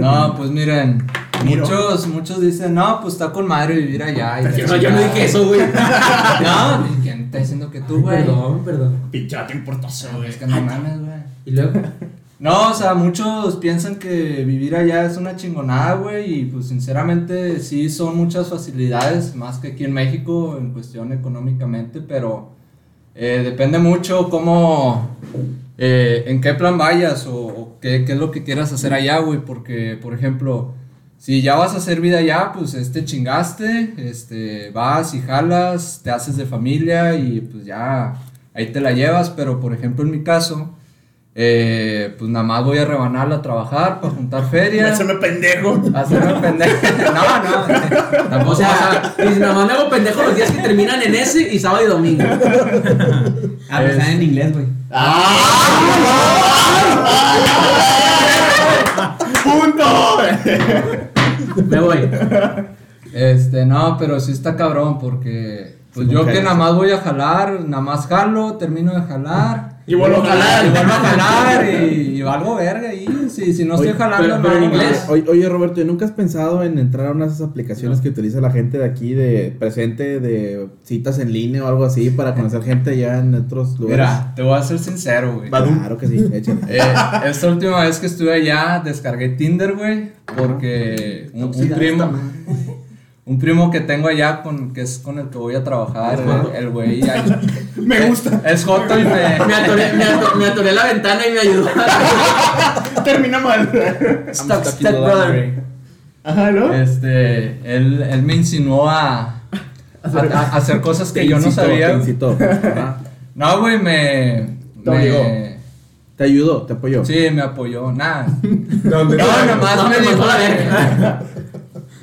[SPEAKER 7] No, pues miren.
[SPEAKER 1] Miro.
[SPEAKER 7] Muchos, muchos dicen, no, pues está con madre vivir allá. y la
[SPEAKER 2] No, yo no
[SPEAKER 7] chingada".
[SPEAKER 2] dije eso, güey.
[SPEAKER 7] No, ¿y ¿quién está diciendo que tú, güey?
[SPEAKER 2] Perdón, perdón.
[SPEAKER 1] Pinchate importazo, güey.
[SPEAKER 7] Es que no mames, güey.
[SPEAKER 2] Y luego,
[SPEAKER 7] No, o sea, muchos piensan que vivir allá es una chingonada, güey, y pues sinceramente sí son muchas facilidades, más que aquí en México en cuestión económicamente, pero eh, depende mucho cómo, eh, en qué plan vayas o, o qué, qué es lo que quieras hacer allá, güey, porque, por ejemplo, si ya vas a hacer vida allá, pues este chingaste, este, vas y jalas, te haces de familia y pues ya ahí te la llevas, pero por ejemplo en mi caso... Eh, pues nada más voy a rebanarla a trabajar para juntar feria.
[SPEAKER 1] Eso me pendejo.
[SPEAKER 7] Hacerme pendejo. No, no. Tampoco
[SPEAKER 2] o
[SPEAKER 7] vas
[SPEAKER 2] sea, dice, nada más me hago pendejo los días que terminan en S y sábado y domingo.
[SPEAKER 5] Ah, pues está en inglés, güey.
[SPEAKER 2] ¡Ah! Me voy.
[SPEAKER 7] a- Este, no, pero sí está cabrón porque. Pues yo que nada más voy a jalar, nada más jalo, termino de jalar.
[SPEAKER 1] Y vuelvo a jalar.
[SPEAKER 7] Y vuelvo a jalar y, y valgo verga ahí. Si, si no estoy
[SPEAKER 4] Oye,
[SPEAKER 7] jalando,
[SPEAKER 2] pero-
[SPEAKER 7] no
[SPEAKER 2] pero en
[SPEAKER 7] hago nada.
[SPEAKER 2] inglés.
[SPEAKER 4] Oye, oye, Roberto, ¿y nunca has pensado en entrar a una de esas aplicaciones que utiliza la gente de aquí, de presente, de citas en línea o algo así, para conocer gente ya en otros lugares?
[SPEAKER 7] Mira, te voy a ser sincero, güey.
[SPEAKER 4] Claro que sí, échale.
[SPEAKER 7] Eh, esta última vez que estuve allá descargué Tinder, güey, porque un, un primo, un primo que tengo allá con que es con el que voy a trabajar, el- el güey, ahí- Eh,
[SPEAKER 1] Me gusta.
[SPEAKER 7] es joto y me,
[SPEAKER 2] Me atoré, me ato- me atoré la ventana y me ayudó.
[SPEAKER 1] Termina mal.
[SPEAKER 7] Stuck,
[SPEAKER 4] stuck,
[SPEAKER 7] stuck,
[SPEAKER 4] brother.
[SPEAKER 7] brother.
[SPEAKER 1] Ajá, ¿no?
[SPEAKER 7] este, él, él me insinuó a, a- a hacer cosas que
[SPEAKER 4] Te
[SPEAKER 7] yo no
[SPEAKER 4] incitó, Te
[SPEAKER 7] sabía.
[SPEAKER 4] incitó. Ajá.
[SPEAKER 7] No, güey, me,
[SPEAKER 4] Te
[SPEAKER 7] me
[SPEAKER 4] Te ayudó, te apoyó.
[SPEAKER 7] sí, me apoyó, nada.
[SPEAKER 8] ¿Dónde?
[SPEAKER 7] Ah, No, nomás
[SPEAKER 2] No,
[SPEAKER 7] me
[SPEAKER 2] te
[SPEAKER 7] dijo
[SPEAKER 2] mandó a la verga.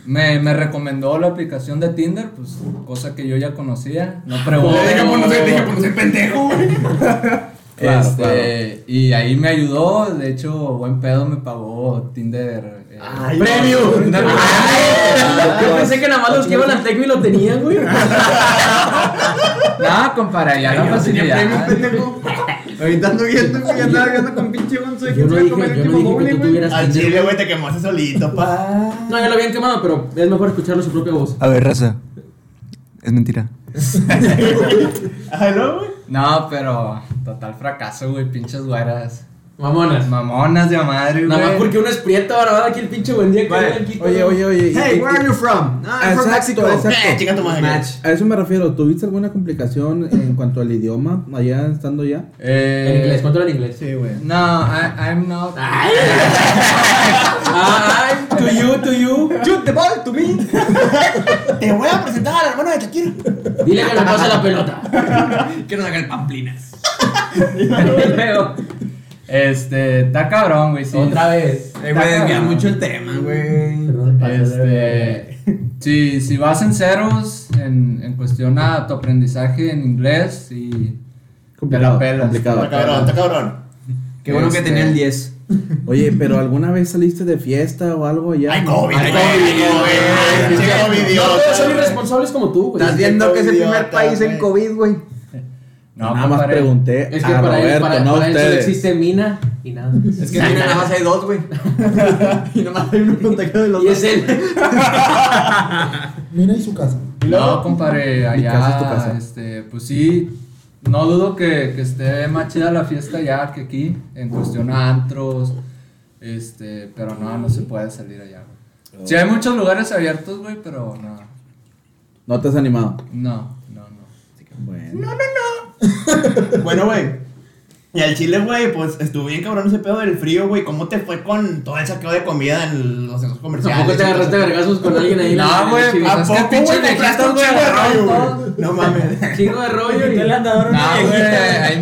[SPEAKER 7] Me, me recomendó la aplicación de Tinder, pues cosa que yo ya conocía. No pregunté.
[SPEAKER 8] Dije, pues, no sé, dije, pues, no soy pendejo, güey.
[SPEAKER 4] Claro,
[SPEAKER 7] Este, Y ahí me ayudó, de hecho, buen pedo me pagó Tinder. eh,
[SPEAKER 8] Ah,
[SPEAKER 5] ¡Premio!
[SPEAKER 7] Tinder
[SPEAKER 5] Yo pensé que nada más los que iban al Tecmi lo tenían, güey.
[SPEAKER 7] No, compadre, ya la facilidad.
[SPEAKER 1] Ahorita ando viendo,
[SPEAKER 8] Ya andaba viendo con pinche Gonzo y
[SPEAKER 2] Yo no
[SPEAKER 8] que se
[SPEAKER 2] dije,
[SPEAKER 8] iba a comer el
[SPEAKER 2] yo no dije que tú
[SPEAKER 8] tipo Bowling, güey.
[SPEAKER 2] tuvieras
[SPEAKER 1] Al
[SPEAKER 2] Tinder.
[SPEAKER 1] chile, güey, te quemaste solito, pa.
[SPEAKER 2] No, ya lo habían quemado, pero es mejor escucharlo su propia voz.
[SPEAKER 9] A ver, raza. Es mentira.
[SPEAKER 1] Ay, no, güey.
[SPEAKER 7] No, pero total fracaso, güey, pinches güeras.
[SPEAKER 2] Mamonas.
[SPEAKER 7] Mamonas de a madre,
[SPEAKER 2] Nada más
[SPEAKER 7] güey.
[SPEAKER 2] porque uno es prieto, ¿verdad? Aquí el pinche buen día que
[SPEAKER 5] Güey,
[SPEAKER 2] vive aquí,
[SPEAKER 4] Oye,
[SPEAKER 2] ¿no?
[SPEAKER 4] oye, oye. y-
[SPEAKER 5] Hey,
[SPEAKER 4] y-
[SPEAKER 5] where are you from? Ah, I'm from
[SPEAKER 4] Exacto,
[SPEAKER 5] Mexico.
[SPEAKER 1] Eh,
[SPEAKER 4] exacto.
[SPEAKER 1] chica tu madre.
[SPEAKER 4] A eso me refiero. ¿Tuviste alguna complicación en cuanto al idioma allá estando ya?
[SPEAKER 2] En inglés, pues.
[SPEAKER 7] Eh, ah,
[SPEAKER 2] cuéntalo en inglés.
[SPEAKER 1] Sí, güey.
[SPEAKER 7] no, I- I'm not.
[SPEAKER 2] Ah, ay, to you, to you.
[SPEAKER 5] Shoot the ball to me.
[SPEAKER 1] Te voy a presentar al hermano de Shakira.
[SPEAKER 2] Dile que le pase la pelota.
[SPEAKER 5] Quiero sacar pamplinas.
[SPEAKER 7] Este, está cabrón, güey. sí.
[SPEAKER 2] Otra vez.
[SPEAKER 5] Eh, güey, desvía mucho el tema, güey.
[SPEAKER 2] Perdón,
[SPEAKER 7] Este, si, si vas en ceros en, en cuestión a tu aprendizaje en inglés y
[SPEAKER 4] Complicado,
[SPEAKER 7] te la pelas.
[SPEAKER 4] complicado.
[SPEAKER 1] Está cabrón, está cabrón.
[SPEAKER 5] Qué bueno que
[SPEAKER 7] Este,
[SPEAKER 5] tenía el 10.
[SPEAKER 4] Oye, pero ¿alguna vez saliste de fiesta o algo allá?
[SPEAKER 1] Ay, COVID, ay,
[SPEAKER 5] Ay,
[SPEAKER 1] COVID,
[SPEAKER 5] güey.
[SPEAKER 1] güey. Chica,
[SPEAKER 2] No
[SPEAKER 1] COVID,
[SPEAKER 2] todos son
[SPEAKER 1] idiota.
[SPEAKER 2] irresponsables como tú, güey.
[SPEAKER 5] Estás viendo que es el primer
[SPEAKER 1] idiota,
[SPEAKER 5] país
[SPEAKER 1] güey.
[SPEAKER 5] en COVID, güey.
[SPEAKER 7] No,
[SPEAKER 4] Nada más
[SPEAKER 7] compadre.
[SPEAKER 4] pregunté
[SPEAKER 2] Es que
[SPEAKER 4] a
[SPEAKER 2] para, él,
[SPEAKER 4] Ah, Roberto,
[SPEAKER 2] para,
[SPEAKER 4] no a
[SPEAKER 2] para él solo
[SPEAKER 4] ustedes.
[SPEAKER 2] existe mina y nada. más.
[SPEAKER 5] Es que en nada más hay dos, güey. Y nomás hay uno contacto de los
[SPEAKER 2] Y
[SPEAKER 5] dos.
[SPEAKER 2] es él.
[SPEAKER 3] Mira en su casa.
[SPEAKER 7] No, compadre, allá,
[SPEAKER 4] casa es tu casa.
[SPEAKER 7] este, pues sí, no dudo que, que esté más chida la fiesta allá que aquí, en cuestión a antros, este, pero no, no se puede salir allá, güey. Sí hay muchos lugares abiertos, güey, pero no,
[SPEAKER 4] No te has animado.
[SPEAKER 7] no, no, no.
[SPEAKER 4] Bueno.
[SPEAKER 1] Bueno, güey. Y al chile, güey, pues estuvo bien cabrón ese pedo del frío, güey. ¿Cómo te fue con todo el saqueo de comida en los centros comerciales?
[SPEAKER 2] Tampoco te agarraste a vergazos con alguien ahí.
[SPEAKER 7] No,
[SPEAKER 2] en-
[SPEAKER 7] güey,
[SPEAKER 2] en-
[SPEAKER 7] a
[SPEAKER 1] ¿A
[SPEAKER 7] Es que
[SPEAKER 1] poco,
[SPEAKER 7] pinche
[SPEAKER 1] güey, compraste un
[SPEAKER 7] viejito,
[SPEAKER 1] chingo de
[SPEAKER 7] güey,
[SPEAKER 1] rollo,
[SPEAKER 7] agarró
[SPEAKER 1] güey? No mames.
[SPEAKER 2] Chingo de rollo y.
[SPEAKER 7] No, güey, ahí, ahí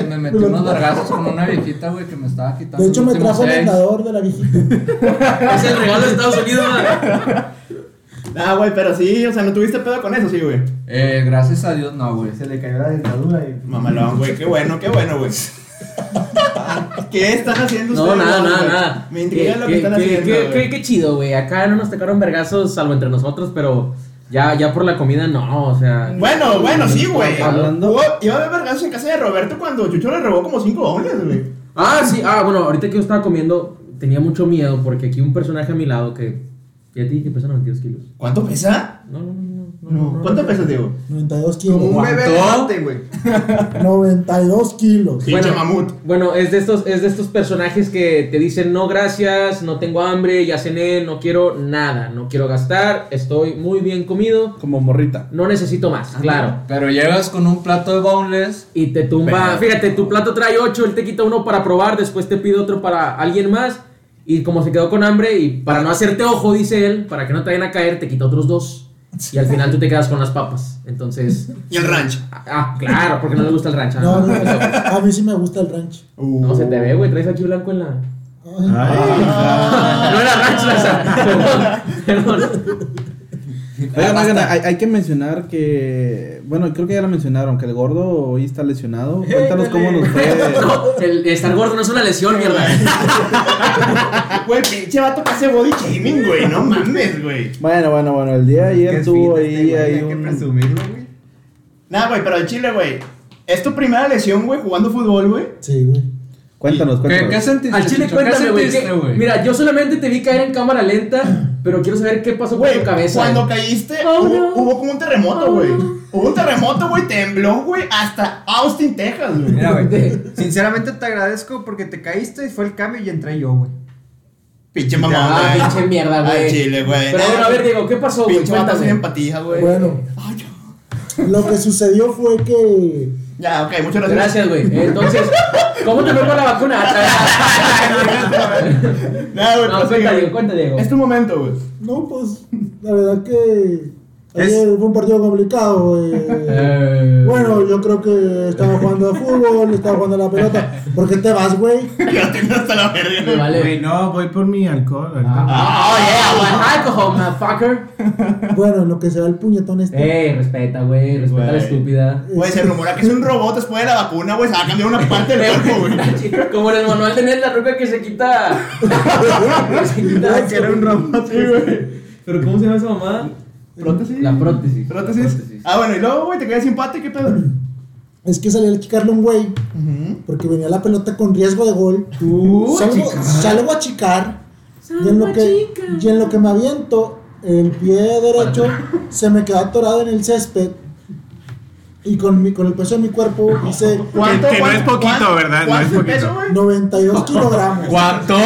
[SPEAKER 7] me, me metí unos vergazos con una viejita, güey, que me estaba quitando.
[SPEAKER 3] De hecho,
[SPEAKER 7] el
[SPEAKER 3] me
[SPEAKER 7] último
[SPEAKER 3] trajo el
[SPEAKER 7] seis.
[SPEAKER 3] andador de la viejita.
[SPEAKER 2] Es el regalo de Estados Unidos, ¿verdad?
[SPEAKER 1] Ah, güey, pero sí, o sea, no tuviste pedo con eso, sí, güey.
[SPEAKER 7] Eh, gracias a Dios, no, güey.
[SPEAKER 5] Se le cayó la dentadura y.
[SPEAKER 1] Mamalón, güey, qué bueno, qué bueno, güey. ¿Qué están haciendo
[SPEAKER 2] No,
[SPEAKER 1] ustedes?
[SPEAKER 2] nada,
[SPEAKER 1] güey?
[SPEAKER 2] nada, nada.
[SPEAKER 1] Me intriga
[SPEAKER 2] Qué-
[SPEAKER 1] lo que
[SPEAKER 2] qué-
[SPEAKER 1] están
[SPEAKER 2] qué-
[SPEAKER 1] haciendo.
[SPEAKER 2] qué-
[SPEAKER 1] güey.
[SPEAKER 2] qué- Qué chido, güey. Acá no nos tocaron vergazos, salvo entre nosotros, pero ya, ya por la comida no, o sea.
[SPEAKER 1] Bueno, bueno, sí, güey.
[SPEAKER 4] Hablando-
[SPEAKER 1] Hubo- Iba a haber vergazos en casa de Roberto cuando Chucho le robó como cinco dobles, güey.
[SPEAKER 2] Ah, sí, ah, bueno, ahorita que yo estaba comiendo, tenía mucho miedo porque aquí un personaje a mi lado que. Ya te dije que pesa 92 kilos.
[SPEAKER 1] ¿Cuánto pesa?
[SPEAKER 2] No, no, no, no. no,
[SPEAKER 1] No. ¿Cuánto pesa, Diego?
[SPEAKER 3] 92 kilos.
[SPEAKER 5] Como un
[SPEAKER 3] Guau.
[SPEAKER 5] bebé elefante, güey.
[SPEAKER 3] 92 kilos.
[SPEAKER 1] Pinche mamut.
[SPEAKER 2] Bueno, es de estos, es de estos personajes que te dicen no gracias, no tengo hambre, ya cené, no quiero nada, no quiero gastar, estoy muy bien comido,
[SPEAKER 4] Como morrita.
[SPEAKER 2] no necesito más, claro.
[SPEAKER 7] Pero llegas con un plato de boneless.
[SPEAKER 2] Y te tumba, fíjate, tu plato trae ocho, él te quita uno para probar, después te pide otro para alguien más. Y como se quedó con hambre, y para no hacerte ojo, dice él, para que no te vayan a caer, te quita otros dos. Y al final tú te quedas con las papas. Entonces,
[SPEAKER 1] Y el ranch.
[SPEAKER 2] ah, claro, porque no le gusta el rancho.
[SPEAKER 3] No, no, no. A mí sí me gusta el ranch.
[SPEAKER 2] No se te ve, güey, traes aquí blanco en la.
[SPEAKER 3] Ay,
[SPEAKER 4] Ah.
[SPEAKER 2] No era rancho, Laza. Perdón, perdón.
[SPEAKER 4] Oigan, oigan, hay, hay que mencionar que. Bueno, creo que ya lo mencionaron, que el gordo hoy está lesionado. Cuéntanos cómo nos fue.
[SPEAKER 2] No, el estar gordo no es una lesión, mierda.
[SPEAKER 1] Güey, pinche vato que hace body shaming, güey. No mames, güey.
[SPEAKER 4] Bueno, bueno, bueno, el día de ayer tuvo ahí, ahí
[SPEAKER 5] este que
[SPEAKER 4] un.
[SPEAKER 5] presumirlo, güey.
[SPEAKER 1] Nada, güey, pero el chile, güey. ¿Es tu primera lesión, güey, jugando fútbol, güey?
[SPEAKER 3] Sí, güey.
[SPEAKER 4] Cuéntanos,
[SPEAKER 7] ¿Qué, qué
[SPEAKER 4] cuéntanos.
[SPEAKER 7] sentiste?
[SPEAKER 2] Al chile,
[SPEAKER 7] Chucho?
[SPEAKER 2] cuéntame,
[SPEAKER 7] ¿Qué
[SPEAKER 2] güey.
[SPEAKER 7] sentiste,
[SPEAKER 2] que-
[SPEAKER 7] güey?
[SPEAKER 2] Mira, yo solamente te vi caer en cámara lenta, pero quiero saber qué pasó por
[SPEAKER 1] Güey,
[SPEAKER 2] tu cabeza.
[SPEAKER 1] cuando
[SPEAKER 2] güey.
[SPEAKER 1] caíste,
[SPEAKER 2] Oh,
[SPEAKER 1] hubo,
[SPEAKER 2] no.
[SPEAKER 1] hubo como un terremoto,
[SPEAKER 2] Oh,
[SPEAKER 1] güey.
[SPEAKER 2] no.
[SPEAKER 1] Hubo un terremoto, güey, tembló, güey, hasta Austin, Texas, güey.
[SPEAKER 5] Mira,
[SPEAKER 2] De-
[SPEAKER 5] güey. Sinceramente te agradezco porque te caíste y fue el cambio y entré yo, güey.
[SPEAKER 1] Pinche mamón,
[SPEAKER 2] Ah,
[SPEAKER 1] güey.
[SPEAKER 2] pinche mierda, güey.
[SPEAKER 1] Al chile, güey.
[SPEAKER 2] Pero bueno, a ver, Diego, ¿qué pasó, güey?
[SPEAKER 1] Pinche vato sin
[SPEAKER 2] Cuéntame.
[SPEAKER 1] empatía, güey.
[SPEAKER 3] Bueno, lo que sucedió fue que.
[SPEAKER 1] Ya, ok, muchas gracias.
[SPEAKER 2] Gracias, güey. Entonces, ¿cómo te fue con la vacuna?
[SPEAKER 1] Nada, güey,
[SPEAKER 2] No,
[SPEAKER 1] pero
[SPEAKER 2] cuenta,
[SPEAKER 1] sigue,
[SPEAKER 2] Diego,
[SPEAKER 1] güey.
[SPEAKER 2] cuenta, Diego.
[SPEAKER 1] Es tu momento, güey.
[SPEAKER 3] No, pues, la verdad que.
[SPEAKER 8] Es-
[SPEAKER 3] Ayer fue un partido complicado. eh,
[SPEAKER 7] Eh,
[SPEAKER 3] bueno, yo creo que estaba jugando a fútbol, estaba jugando a la pelota. ¿Por qué te vas, güey?
[SPEAKER 1] Ya tengo hasta la
[SPEAKER 2] Me
[SPEAKER 1] verga.
[SPEAKER 2] vale.
[SPEAKER 8] Güey, no, voy por mi alcohol. ahorita.
[SPEAKER 1] Ah.
[SPEAKER 2] Oh, yeah, one alcohol, motherfucker.
[SPEAKER 3] Bueno, en lo que se da el puñetón este.
[SPEAKER 2] Ey, Eh, respeta, güey. Respeta a la
[SPEAKER 1] Güey.
[SPEAKER 2] estúpida.
[SPEAKER 1] Güey, se rumora que es un robot después de la vacuna, güey. Se va a cambiar una parte del cuerpo, güey.
[SPEAKER 2] Como en el manual de Ned, la roca que se quita. se
[SPEAKER 8] Ah, que era un robot.
[SPEAKER 1] Sí, güey.
[SPEAKER 2] Pero ¿cómo se llama esa mamá?
[SPEAKER 1] ¿Prótesis?
[SPEAKER 2] La prótesis.
[SPEAKER 1] ¿Prótesis? Ah, bueno, y luego, güey, te quedas sin pate, ¿qué pedo?
[SPEAKER 3] Es que salía a chicarle un güey, porque venía la pelota con riesgo de gol. salgo, salgo a chicar. Y en, lo que, y en lo que me aviento, el pie derecho se me quedó atorado en el césped. Y con, mi, con el peso de mi cuerpo hice
[SPEAKER 1] ¿Cuánto?
[SPEAKER 8] que no es poquito,
[SPEAKER 1] cuánto-
[SPEAKER 8] ¿verdad? No
[SPEAKER 1] ¿Cuánto
[SPEAKER 8] es
[SPEAKER 1] es el
[SPEAKER 8] poquito.
[SPEAKER 1] peso, güey?
[SPEAKER 3] 92 kilogramos.
[SPEAKER 8] ¿Cuánto?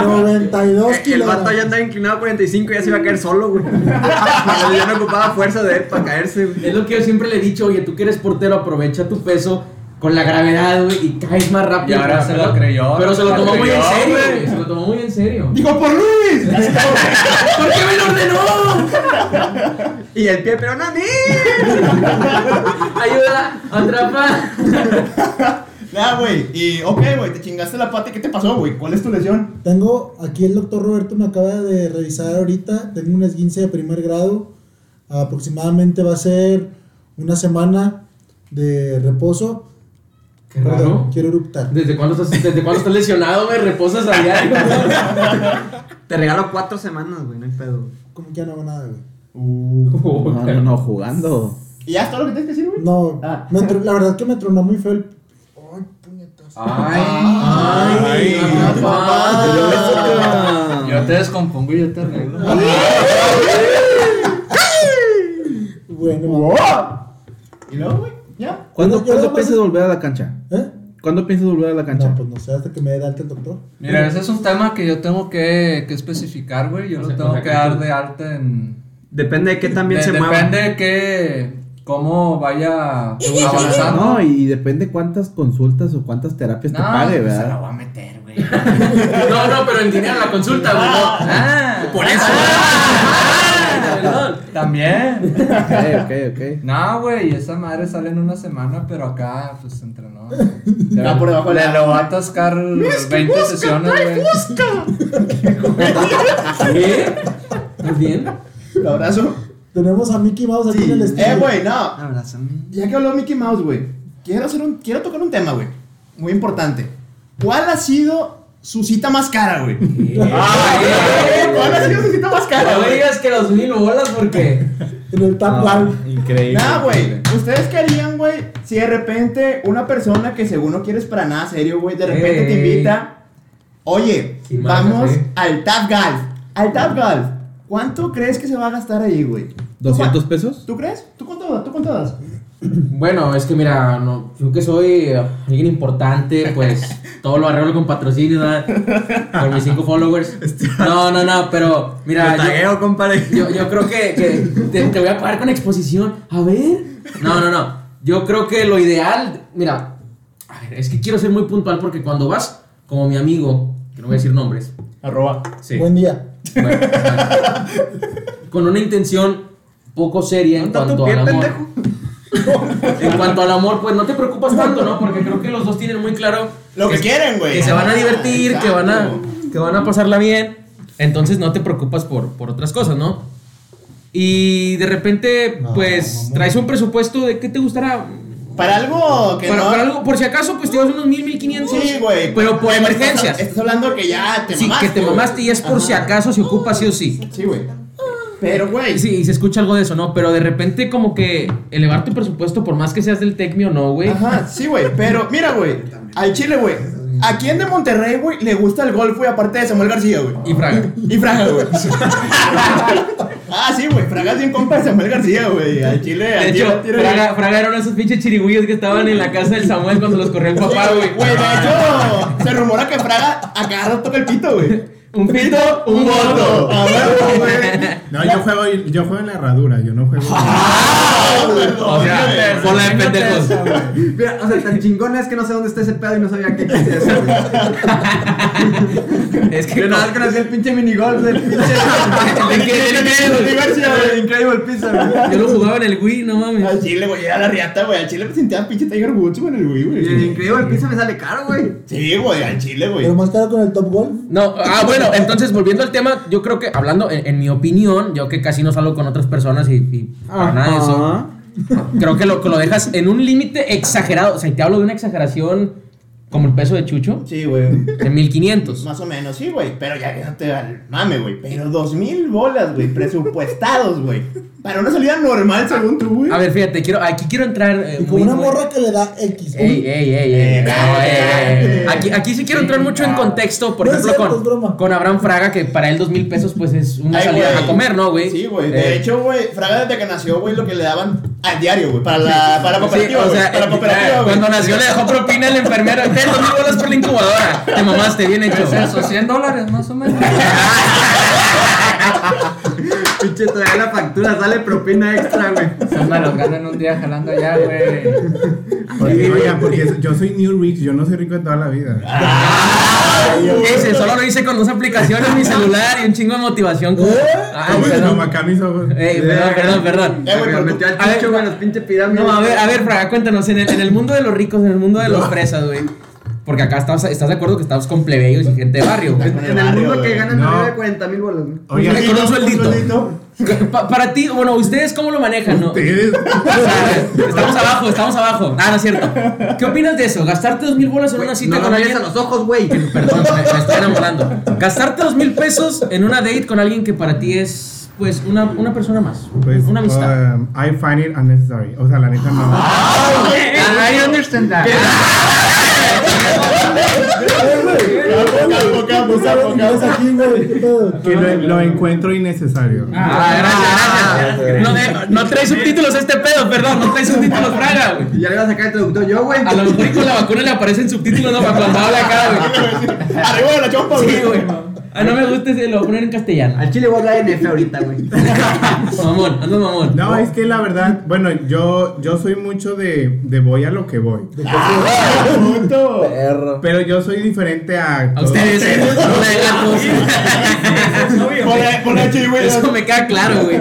[SPEAKER 3] 92
[SPEAKER 5] Eh, El vato ya
[SPEAKER 3] kilogramos.
[SPEAKER 5] andaba inclinado a 45 y ya se iba a caer solo, güey. ya no ocupaba fuerza de él para caerse, güey.
[SPEAKER 2] Es lo que yo siempre le he dicho, oye, tú que eres portero, aprovecha tu peso con la gravedad, güey, y caes más rápido.
[SPEAKER 7] Y ahora se lo creyó.
[SPEAKER 2] Pero se lo
[SPEAKER 7] Se lo
[SPEAKER 2] tomó muy en
[SPEAKER 7] creyó,
[SPEAKER 2] serio,
[SPEAKER 7] güey.
[SPEAKER 2] güey. Se lo tomó muy en serio.
[SPEAKER 1] ¡Digo por Luis!
[SPEAKER 2] ¿Por qué me lo ordenó?
[SPEAKER 5] Y el pie, pero no a mí.
[SPEAKER 2] Ayuda, atrapa.
[SPEAKER 1] Nah, güey. Y, ok, güey, te chingaste la pata. ¿Qué te pasó, güey? ¿Cuál es tu lesión?
[SPEAKER 3] Tengo aquí el doctor Roberto me acaba de revisar ahorita. Tengo un esguince de primer grado. Aproximadamente va a ser una semana de reposo.
[SPEAKER 2] Qué raro.
[SPEAKER 3] quiero eruptar.
[SPEAKER 2] ¿Desde cuándo estás, desde cuándo estás lesionado, güey? Reposas a diario.
[SPEAKER 5] Te regalo cuatro semanas, güey, no hay pedo. güey.
[SPEAKER 3] Como que ya no hago nada, güey.
[SPEAKER 4] No, no, no, jugando.
[SPEAKER 1] ¿Y ya es todo lo que tienes que decir, güey?
[SPEAKER 3] No,
[SPEAKER 1] Ah.
[SPEAKER 3] me tro- la verdad que me tronó muy feo el. Ay, puñetas.
[SPEAKER 2] Ah. Ay,
[SPEAKER 8] Ay,
[SPEAKER 4] Ah.
[SPEAKER 2] atrapa.
[SPEAKER 7] Yo te descompongo y yo te arreglo.
[SPEAKER 3] Bueno,
[SPEAKER 1] ¿Y luego, güey? ¿Ya?
[SPEAKER 3] Yo-
[SPEAKER 4] ¿Cuándo,
[SPEAKER 3] yo
[SPEAKER 4] ¿cuándo
[SPEAKER 3] nada más-
[SPEAKER 4] piensas volver a la cancha?
[SPEAKER 3] ¿eh?
[SPEAKER 4] ¿Cuándo piensas volver a la cancha?
[SPEAKER 3] No, pues no sé, hasta que me dé de alta el doctor.
[SPEAKER 7] Mira, ese es un tema que yo tengo que, que especificar, güey. Yo
[SPEAKER 2] O
[SPEAKER 7] lo
[SPEAKER 2] sea,
[SPEAKER 7] tengo
[SPEAKER 2] o sea,
[SPEAKER 7] que
[SPEAKER 2] que
[SPEAKER 7] dar
[SPEAKER 2] tú-
[SPEAKER 7] de alta en.
[SPEAKER 5] Depende de qué también
[SPEAKER 7] de-
[SPEAKER 5] se mueva.
[SPEAKER 7] depende de qué. cómo vaya avanzando.
[SPEAKER 4] No, y depende cuántas consultas o cuántas terapias te pague,
[SPEAKER 7] pues, se la
[SPEAKER 4] ¿verdad?
[SPEAKER 7] voy a meter, güey.
[SPEAKER 2] No, no, pero el dinero, la consulta, güey. no.
[SPEAKER 7] Ah,
[SPEAKER 1] Por eso.
[SPEAKER 2] Ah, perdón.
[SPEAKER 7] También.
[SPEAKER 4] Ok, ok, ok.
[SPEAKER 7] No, güey, esa madre sale en una semana, pero acá, pues, entrenó.
[SPEAKER 1] Ah, por debajo de
[SPEAKER 7] Le
[SPEAKER 1] la-
[SPEAKER 7] lo va a atascar 20 sesiones, güey.
[SPEAKER 2] ¿Qué? ¿Estás bien?
[SPEAKER 1] ¿El abrazo?
[SPEAKER 3] Tenemos a Mickey Mouse aquí en el estudio.
[SPEAKER 1] Eh, güey, no.
[SPEAKER 5] Abrázame.
[SPEAKER 1] Ya que habló Mickey Mouse, güey, quiero, hacer un, quiero tocar un tema, güey. Muy importante. ¿Cuál ha sido su cita más cara, güey?
[SPEAKER 2] Ay,
[SPEAKER 1] ¿Cuál ha sido su cita más cara,
[SPEAKER 2] No
[SPEAKER 1] Ah,
[SPEAKER 2] me
[SPEAKER 1] güey?
[SPEAKER 2] digas que los mil bolas porque.
[SPEAKER 3] En el Tap Line.
[SPEAKER 4] Increíble.
[SPEAKER 1] Nah, güey. ¿Ustedes qué harían, güey, si de repente una persona que según no quieres para nada serio, güey, de repente te
[SPEAKER 2] Ey.
[SPEAKER 1] invita, oye,
[SPEAKER 2] Sin marcas,
[SPEAKER 1] vamos
[SPEAKER 2] eh.
[SPEAKER 1] al Tap Golf, al Tap Golf. ¿Cuánto crees que se va a gastar ahí, güey?
[SPEAKER 4] ¿200 pesos?
[SPEAKER 1] ¿Tú crees? ¿Tú cuánto das? ¿Tú cuánto das?
[SPEAKER 2] Bueno, es que mira, no, yo que soy eh, alguien importante, pues todo lo arreglo con patrocinio, ¿verdad? Con mis cinco followers. No, no, no, pero mira,
[SPEAKER 5] Este Te tagueo, compadre.
[SPEAKER 2] yo, yo, yo creo que, que te, te voy a pagar con exposición. A ver. No, no, no. Yo creo que lo ideal, mira, a ver, es que quiero ser muy puntual porque cuando vas, como mi amigo, que no voy a decir nombres,
[SPEAKER 1] Arroba.
[SPEAKER 2] sí.
[SPEAKER 3] Buen día.
[SPEAKER 2] Bueno, con una intención poco seria en
[SPEAKER 5] ¿Dónde está tu
[SPEAKER 2] cuanto
[SPEAKER 5] pie,
[SPEAKER 2] al amor.
[SPEAKER 5] pendejo?
[SPEAKER 2] En cuanto al amor, pues no te preocupas tanto, ¿no? Porque creo que los dos tienen muy claro
[SPEAKER 1] Lo que quieren, güey.
[SPEAKER 2] que se van a divertir,
[SPEAKER 1] Exacto.
[SPEAKER 2] que van a que van a pasarla bien. Entonces no te preocupas por por otras cosas, ¿no? Y de repente,
[SPEAKER 3] No,
[SPEAKER 2] pues
[SPEAKER 3] mamón.
[SPEAKER 2] traes un presupuesto de qué te gustará.
[SPEAKER 1] Para algo que
[SPEAKER 2] Para,
[SPEAKER 1] no...
[SPEAKER 2] para algo, por si acaso, pues te vas unos mil, mil quinientos.
[SPEAKER 1] Sí, güey.
[SPEAKER 2] Pero por
[SPEAKER 1] Güey, estás-
[SPEAKER 2] emergencias.
[SPEAKER 1] Estás hablando que ya te
[SPEAKER 2] Sí,
[SPEAKER 1] mamaste.
[SPEAKER 2] que te
[SPEAKER 1] güey. Ah,
[SPEAKER 2] mamaste y es por si acaso se ocupa sí o sí.
[SPEAKER 1] Sí, güey. Pero, güey.
[SPEAKER 2] Eh, Sí, y se escucha algo de eso, ¿no? Pero de repente como que elevar tu presupuesto por más que seas del Tecmi o no, güey.
[SPEAKER 1] Ajá, sí, güey. Pero, mira, güey. Al Chile, güey. ¿A quién de Monterrey, güey, le gusta el golf, güey? Aparte de Samuel García, güey.
[SPEAKER 2] Y Fraga.
[SPEAKER 1] Y Fraga, güey. ah, sí, güey. Fraga es bien compa de Samuel García, güey. Al Chile, al
[SPEAKER 2] De
[SPEAKER 1] Chile.
[SPEAKER 2] hecho,
[SPEAKER 1] tira-
[SPEAKER 2] Fraga, Fraga era uno de esos pinches chirigüillos que estaban en la casa del Samuel cuando los corrió el
[SPEAKER 1] Sí,
[SPEAKER 2] papá,
[SPEAKER 1] güey,
[SPEAKER 2] güey.
[SPEAKER 1] de hecho, se rumora que Fraga a cada rato toca el pito, güey.
[SPEAKER 2] Un pito, un voto.
[SPEAKER 8] A huevo, güey. No, yo juego, yo juego en la herradura, yo no juego.
[SPEAKER 2] O sea, por la de pendejos.
[SPEAKER 5] Mira, o sea, tan chingona es que no sé dónde está ese pedo y no sabía qué quise eso.
[SPEAKER 9] Es
[SPEAKER 5] Que nada más conocí el pinche minigolf del pinche.
[SPEAKER 9] ¿De qué? ¿De qué?
[SPEAKER 5] del universo, del Incredible Pizza, güey.
[SPEAKER 9] Yo lo jugaba en el Wii, no mames.
[SPEAKER 1] Al chile, güey, era la riata, güey. Al chile presenté pinche Tiger Woods, güey, en el Wii,
[SPEAKER 5] Y el
[SPEAKER 1] güey.
[SPEAKER 5] Incredible Pizza me sale caro, güey.
[SPEAKER 1] Sí, güey, al chile, güey.
[SPEAKER 3] Pero más caro con el Top Golf.
[SPEAKER 2] No, ah, bueno, entonces volviendo al tema, yo creo que hablando, en, en mi opinión, yo que casi no salgo con otras personas y, y para nada de Ah, eso, creo que lo, que lo dejas en un límite exagerado. O sea, y te hablo de una exageración como el peso de Chucho,
[SPEAKER 1] Sí, güey.
[SPEAKER 2] de 1500.
[SPEAKER 1] Más o menos, sí, güey. Pero ya déjate al mame, güey. Pero dos mil bolas, güey. Presupuestados, güey. Para una salida normal, según tú, güey.
[SPEAKER 2] A ver, fíjate, quiero, aquí quiero entrar. eh,
[SPEAKER 3] Y con
[SPEAKER 2] muy-
[SPEAKER 3] una
[SPEAKER 2] muy-
[SPEAKER 3] morra que le da X.
[SPEAKER 2] Ey, ey, ey, ey.
[SPEAKER 1] Eh,
[SPEAKER 2] No,
[SPEAKER 1] eh,
[SPEAKER 2] ey, ey.
[SPEAKER 1] eh.
[SPEAKER 2] Aquí, aquí sí quiero entrar mucho en contexto, por
[SPEAKER 3] No es
[SPEAKER 2] ejemplo,
[SPEAKER 3] cierto, es
[SPEAKER 2] con,
[SPEAKER 3] broma.
[SPEAKER 2] con Abraham Fraga, que para él dos mil pesos pues es una
[SPEAKER 1] Ay,
[SPEAKER 2] salida
[SPEAKER 1] güey.
[SPEAKER 2] a comer, ¿no, güey?
[SPEAKER 1] Sí, güey.
[SPEAKER 2] Eh,
[SPEAKER 1] De hecho, güey, Fraga desde que nació, güey, lo que le daban a diario, güey. Para la, para la cooperativa,
[SPEAKER 2] Sí,
[SPEAKER 1] güey. para
[SPEAKER 2] eh,
[SPEAKER 1] la cooperativa,
[SPEAKER 2] eh,
[SPEAKER 1] güey.
[SPEAKER 2] Cuando nació le dejó propina al enfermero. Ten dos mil bolas por la incubadora. Te mamaste, bien hecho.
[SPEAKER 7] Es eso, 100 dólares más o menos.
[SPEAKER 5] Pinche, todavía la factura sale propina extra, güey.
[SPEAKER 2] Eh,
[SPEAKER 7] Yo me los gano en un día jalando allá, güey.
[SPEAKER 8] Porque, oiga, porque yo soy New Rich, yo no soy rico de toda la vida.
[SPEAKER 2] Ese solo lo hice con dos aplicaciones, mi celular y un chingo de motivación. como- Ay,
[SPEAKER 8] Como
[SPEAKER 2] perdón.
[SPEAKER 8] como acá mis ojos.
[SPEAKER 2] Ey, perdón, perdón, perdón.
[SPEAKER 1] Eh, güey, pero
[SPEAKER 5] metió
[SPEAKER 1] tú-
[SPEAKER 5] al
[SPEAKER 2] a ver,
[SPEAKER 5] chicho, güey, en los pinche pirámides.
[SPEAKER 2] No, a ver, a ver, Fraga, cuéntanos. En el, en el mundo de los ricos, en el mundo de los presas, güey. Porque acá estás, estás de acuerdo que estamos con plebeyos y gente de barrio. güey.
[SPEAKER 5] En el mundo que ganan
[SPEAKER 8] No.
[SPEAKER 5] arriba de 40 mil bolas, güey.
[SPEAKER 8] Oiga,
[SPEAKER 2] Con un sueldito. Pa- para ti, bueno, ¿ustedes cómo lo manejan? No?
[SPEAKER 8] ustedes.
[SPEAKER 2] O sea, Estamos abajo, estamos abajo. Ah, no es cierto. ¿Qué opinas de eso? ¿Gastarte dos mil bolas en una cita
[SPEAKER 5] No
[SPEAKER 2] con
[SPEAKER 5] lo
[SPEAKER 2] alguien?
[SPEAKER 5] mires a los ojos, güey.
[SPEAKER 2] Perdón, me, me estoy enamorando. Gastarte dos mil pesos en una date con alguien que para ti es, pues, una, una persona más.
[SPEAKER 8] Pues,
[SPEAKER 2] una
[SPEAKER 5] ah,
[SPEAKER 2] amistad.
[SPEAKER 8] um, I find it unnecessary. O sea, la neta no.
[SPEAKER 7] I understand that.
[SPEAKER 1] Capo, capo, capo,
[SPEAKER 3] ¿Sabes
[SPEAKER 1] capo.
[SPEAKER 3] aquí, güey? ¿Qué pedo?
[SPEAKER 8] Que lo, lo encuentro innecesario.
[SPEAKER 2] Ah, gracias, gracias. No, eh, no trae subtítulos este pedo, perdón. No trae subtítulos, Fraga, güey.
[SPEAKER 5] Y ya le iba a sacar el traductor yo, güey.
[SPEAKER 2] A los ricos la vacuna le aparecen subtítulos, no, para cuando habla acá,
[SPEAKER 1] Arriba de la chompa,
[SPEAKER 2] güey.
[SPEAKER 1] güey.
[SPEAKER 2] Sí, güey. Ah, no me gusta, se lo voy a poner en castellano.
[SPEAKER 5] Al chile voy a hablar en F ahorita, güey.
[SPEAKER 2] Mamón, ando mamón.
[SPEAKER 8] No, es que la verdad, bueno, yo, yo soy mucho de, de voy a lo que voy. Pero yo soy diferente a.
[SPEAKER 2] A
[SPEAKER 8] todos.
[SPEAKER 2] ustedes, eh. no le hagan
[SPEAKER 1] Por la- Por la chihuahua.
[SPEAKER 2] Eso me queda claro, güey.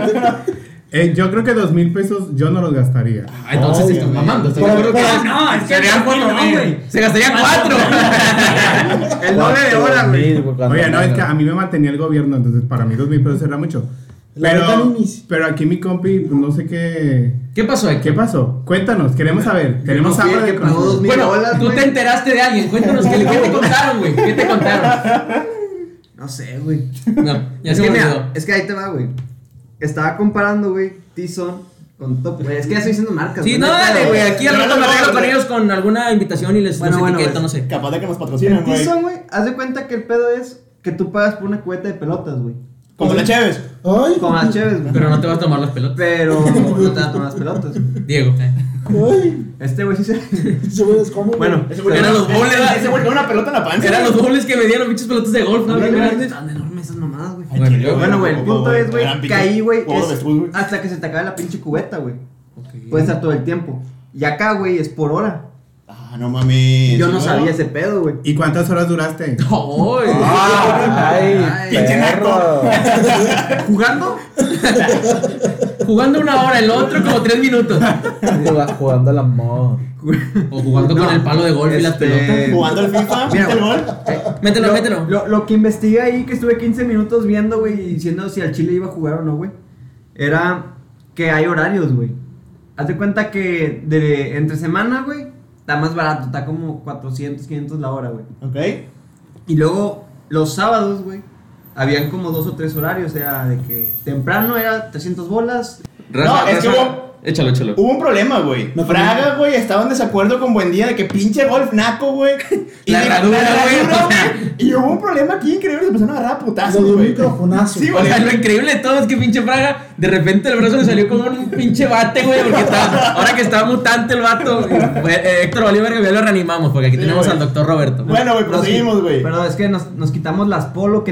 [SPEAKER 8] Eh, yo creo que dos mil pesos yo no los gastaría.
[SPEAKER 2] Ah, Entonces
[SPEAKER 3] Obvio,
[SPEAKER 2] están
[SPEAKER 3] güey.
[SPEAKER 2] mamando. Estoy
[SPEAKER 3] Para-
[SPEAKER 2] seguro que
[SPEAKER 3] para-
[SPEAKER 6] No, es que
[SPEAKER 2] serían
[SPEAKER 6] no,
[SPEAKER 2] cuatro
[SPEAKER 6] no,
[SPEAKER 2] mil.
[SPEAKER 6] güey.
[SPEAKER 2] Se gastarían cuatro.
[SPEAKER 5] El doble de hora, güey.
[SPEAKER 8] Oye, no, es que a mí me mantenía el gobierno, entonces para mí dos mil pesos era mucho.
[SPEAKER 3] La neta,
[SPEAKER 8] Pero,
[SPEAKER 3] ninis.
[SPEAKER 8] pero aquí mi compi, pues, no sé qué.
[SPEAKER 2] ¿Qué pasó aquí?
[SPEAKER 8] ¿Qué pasó? Cuéntanos, queremos saber. Tenemos
[SPEAKER 5] no fui
[SPEAKER 8] hambre
[SPEAKER 5] el
[SPEAKER 8] de
[SPEAKER 5] que pagó
[SPEAKER 8] conocer.
[SPEAKER 5] dos mil.
[SPEAKER 2] Bueno,
[SPEAKER 5] bolas,
[SPEAKER 2] tú
[SPEAKER 5] güey.
[SPEAKER 2] te enteraste de alguien. Cuéntanos qué, qué te contaron, güey. ¿Qué te contaron?
[SPEAKER 5] No sé, güey.
[SPEAKER 2] No, ya
[SPEAKER 5] es
[SPEAKER 2] se
[SPEAKER 5] que
[SPEAKER 2] me
[SPEAKER 5] mira,
[SPEAKER 2] olvidó.
[SPEAKER 5] es que ahí te va, güey. Estaba comparando, güey, Tison con Top, güey. Es que ya estoy diciendo marcas.
[SPEAKER 2] Sí, no, dale, güey. Aquí al
[SPEAKER 1] No,
[SPEAKER 2] rato
[SPEAKER 1] no,
[SPEAKER 2] me
[SPEAKER 1] no,
[SPEAKER 2] arreglo
[SPEAKER 1] no.
[SPEAKER 2] con ellos con alguna invitación y les
[SPEAKER 5] Bueno,
[SPEAKER 2] los
[SPEAKER 5] bueno,
[SPEAKER 2] etiqueto,
[SPEAKER 5] güey.
[SPEAKER 2] no sé.
[SPEAKER 1] Capaz de que nos patrocinan, güey.
[SPEAKER 5] Tison, güey, haz de cuenta que el pedo es que tú pagas por una cubeta de pelotas, güey.
[SPEAKER 1] Como la Chévez.
[SPEAKER 3] Ay,
[SPEAKER 5] Como las chéves, güey.
[SPEAKER 2] Pero no te vas a tomar las pelotas.
[SPEAKER 5] Pero no te van a tomar las pelotas. güey.
[SPEAKER 2] Diego.
[SPEAKER 3] ay,
[SPEAKER 5] Este güey sí se.
[SPEAKER 3] se ve descómodo.
[SPEAKER 5] Bueno,
[SPEAKER 1] Ese güey
[SPEAKER 2] Eran
[SPEAKER 1] tenía-
[SPEAKER 2] los boles,
[SPEAKER 1] ese-
[SPEAKER 2] ¿verdad?
[SPEAKER 1] Ese güey tenía una pelota en la panza.
[SPEAKER 2] Eran los dobles que me dieron pinches pelotas de golf, ¿no? Bien grandes.
[SPEAKER 5] Están enormes esas mamadas, güey.
[SPEAKER 2] Bueno, yo-
[SPEAKER 5] Bueno, güey, el punto es, güey,
[SPEAKER 1] Eran
[SPEAKER 5] que ahí, güey,
[SPEAKER 1] pinches
[SPEAKER 5] es
[SPEAKER 1] juegos de
[SPEAKER 2] Ah,
[SPEAKER 1] fútbol.
[SPEAKER 5] hasta que se te acabe la pinche cubeta, güey. Puede estar todo el tiempo. Y acá, güey, es por hora.
[SPEAKER 1] Ah, no mames.
[SPEAKER 5] Yo no
[SPEAKER 1] Sí,
[SPEAKER 5] sabía
[SPEAKER 1] güey.
[SPEAKER 5] ese pedo, güey.
[SPEAKER 8] ¿Y cuántas horas duraste?
[SPEAKER 2] ¡Ay!
[SPEAKER 5] Ay,
[SPEAKER 1] Pinche narco.
[SPEAKER 5] ¿Jugando?
[SPEAKER 2] Jugando una hora, el otro como tres minutos.
[SPEAKER 4] Jugando al amor.
[SPEAKER 2] O jugando con
[SPEAKER 5] No,
[SPEAKER 2] el palo de golf y las
[SPEAKER 5] este-
[SPEAKER 2] pelotas.
[SPEAKER 1] Jugando al FIFA,
[SPEAKER 5] Mira,
[SPEAKER 1] ¿viste el
[SPEAKER 5] güey. eh,
[SPEAKER 1] gol?
[SPEAKER 2] Mételo,
[SPEAKER 5] lo,
[SPEAKER 2] mételo.
[SPEAKER 5] Lo, lo que investigué ahí, que estuve 15 minutos viendo, güey, y diciendo si al Chile iba a jugar o no, güey, era que hay horarios, güey. Haz de cuenta que de entre semana, güey, está más barato, está como 400, 500 la hora, güey.
[SPEAKER 1] Ok.
[SPEAKER 5] Y luego los sábados, güey, habían como dos o tres horarios, o sea, de que temprano era 300 bolas.
[SPEAKER 1] No, es que hubo-
[SPEAKER 2] Échalo, échalo.
[SPEAKER 1] Hubo un problema, güey.
[SPEAKER 3] No,
[SPEAKER 1] Fraga, güey, estaba en desacuerdo con Buendía de que pinche golf naco, güey. Y
[SPEAKER 2] La
[SPEAKER 1] la
[SPEAKER 2] herradura, güey.
[SPEAKER 1] herradura, güey. Y hubo un problema aquí increíble. Se empezaron a agarrar a
[SPEAKER 3] Se
[SPEAKER 1] putazos,
[SPEAKER 3] dio un
[SPEAKER 1] güey.
[SPEAKER 3] microfonazo.
[SPEAKER 1] Sí,
[SPEAKER 2] O
[SPEAKER 1] güey.
[SPEAKER 2] sea, lo increíble de todo es que pinche Fraga De repente el brazo le salió como un pinche bate, güey, porque estaba, ahora que estaba mutante el vato. y fue- eh, Héctor valió verga, ya lo reanimamos, porque aquí
[SPEAKER 1] Sí,
[SPEAKER 2] tenemos
[SPEAKER 1] güey.
[SPEAKER 2] al doctor Roberto.
[SPEAKER 1] Bueno, güey, proseguimos, güey.
[SPEAKER 5] Pero es que nos, nos quitamos las polo que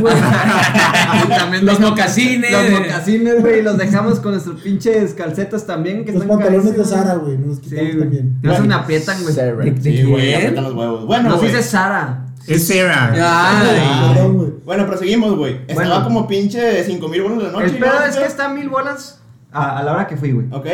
[SPEAKER 5] güey. Y también
[SPEAKER 2] Los
[SPEAKER 5] dejamos-
[SPEAKER 2] mocasines.
[SPEAKER 5] Los mocasines, güey. Los dejamos con nuestros pinches calcetas también. Que
[SPEAKER 3] Los
[SPEAKER 5] están
[SPEAKER 3] pantalones de
[SPEAKER 5] carísimos.
[SPEAKER 3] Sara, güey, nos
[SPEAKER 5] Sí,
[SPEAKER 3] quitamos
[SPEAKER 5] güey.
[SPEAKER 3] también.
[SPEAKER 5] No se
[SPEAKER 1] Bueno.
[SPEAKER 5] me aprietan, güey.
[SPEAKER 1] Sí, güey,
[SPEAKER 2] quién?
[SPEAKER 1] apretan los huevos. Bueno,
[SPEAKER 5] Nos
[SPEAKER 1] güey.
[SPEAKER 5] dice Sara.
[SPEAKER 8] Es Sarah.
[SPEAKER 2] Ay.
[SPEAKER 1] Ay.
[SPEAKER 3] Perdón, güey.
[SPEAKER 1] Bueno, proseguimos, güey. Estaba
[SPEAKER 5] Bueno.
[SPEAKER 1] como pinche 5 mil bonos de la noche.
[SPEAKER 5] El pedo
[SPEAKER 1] ¿no?
[SPEAKER 5] es que está a mil bolas a, a la hora que fui, güey.
[SPEAKER 1] Ok.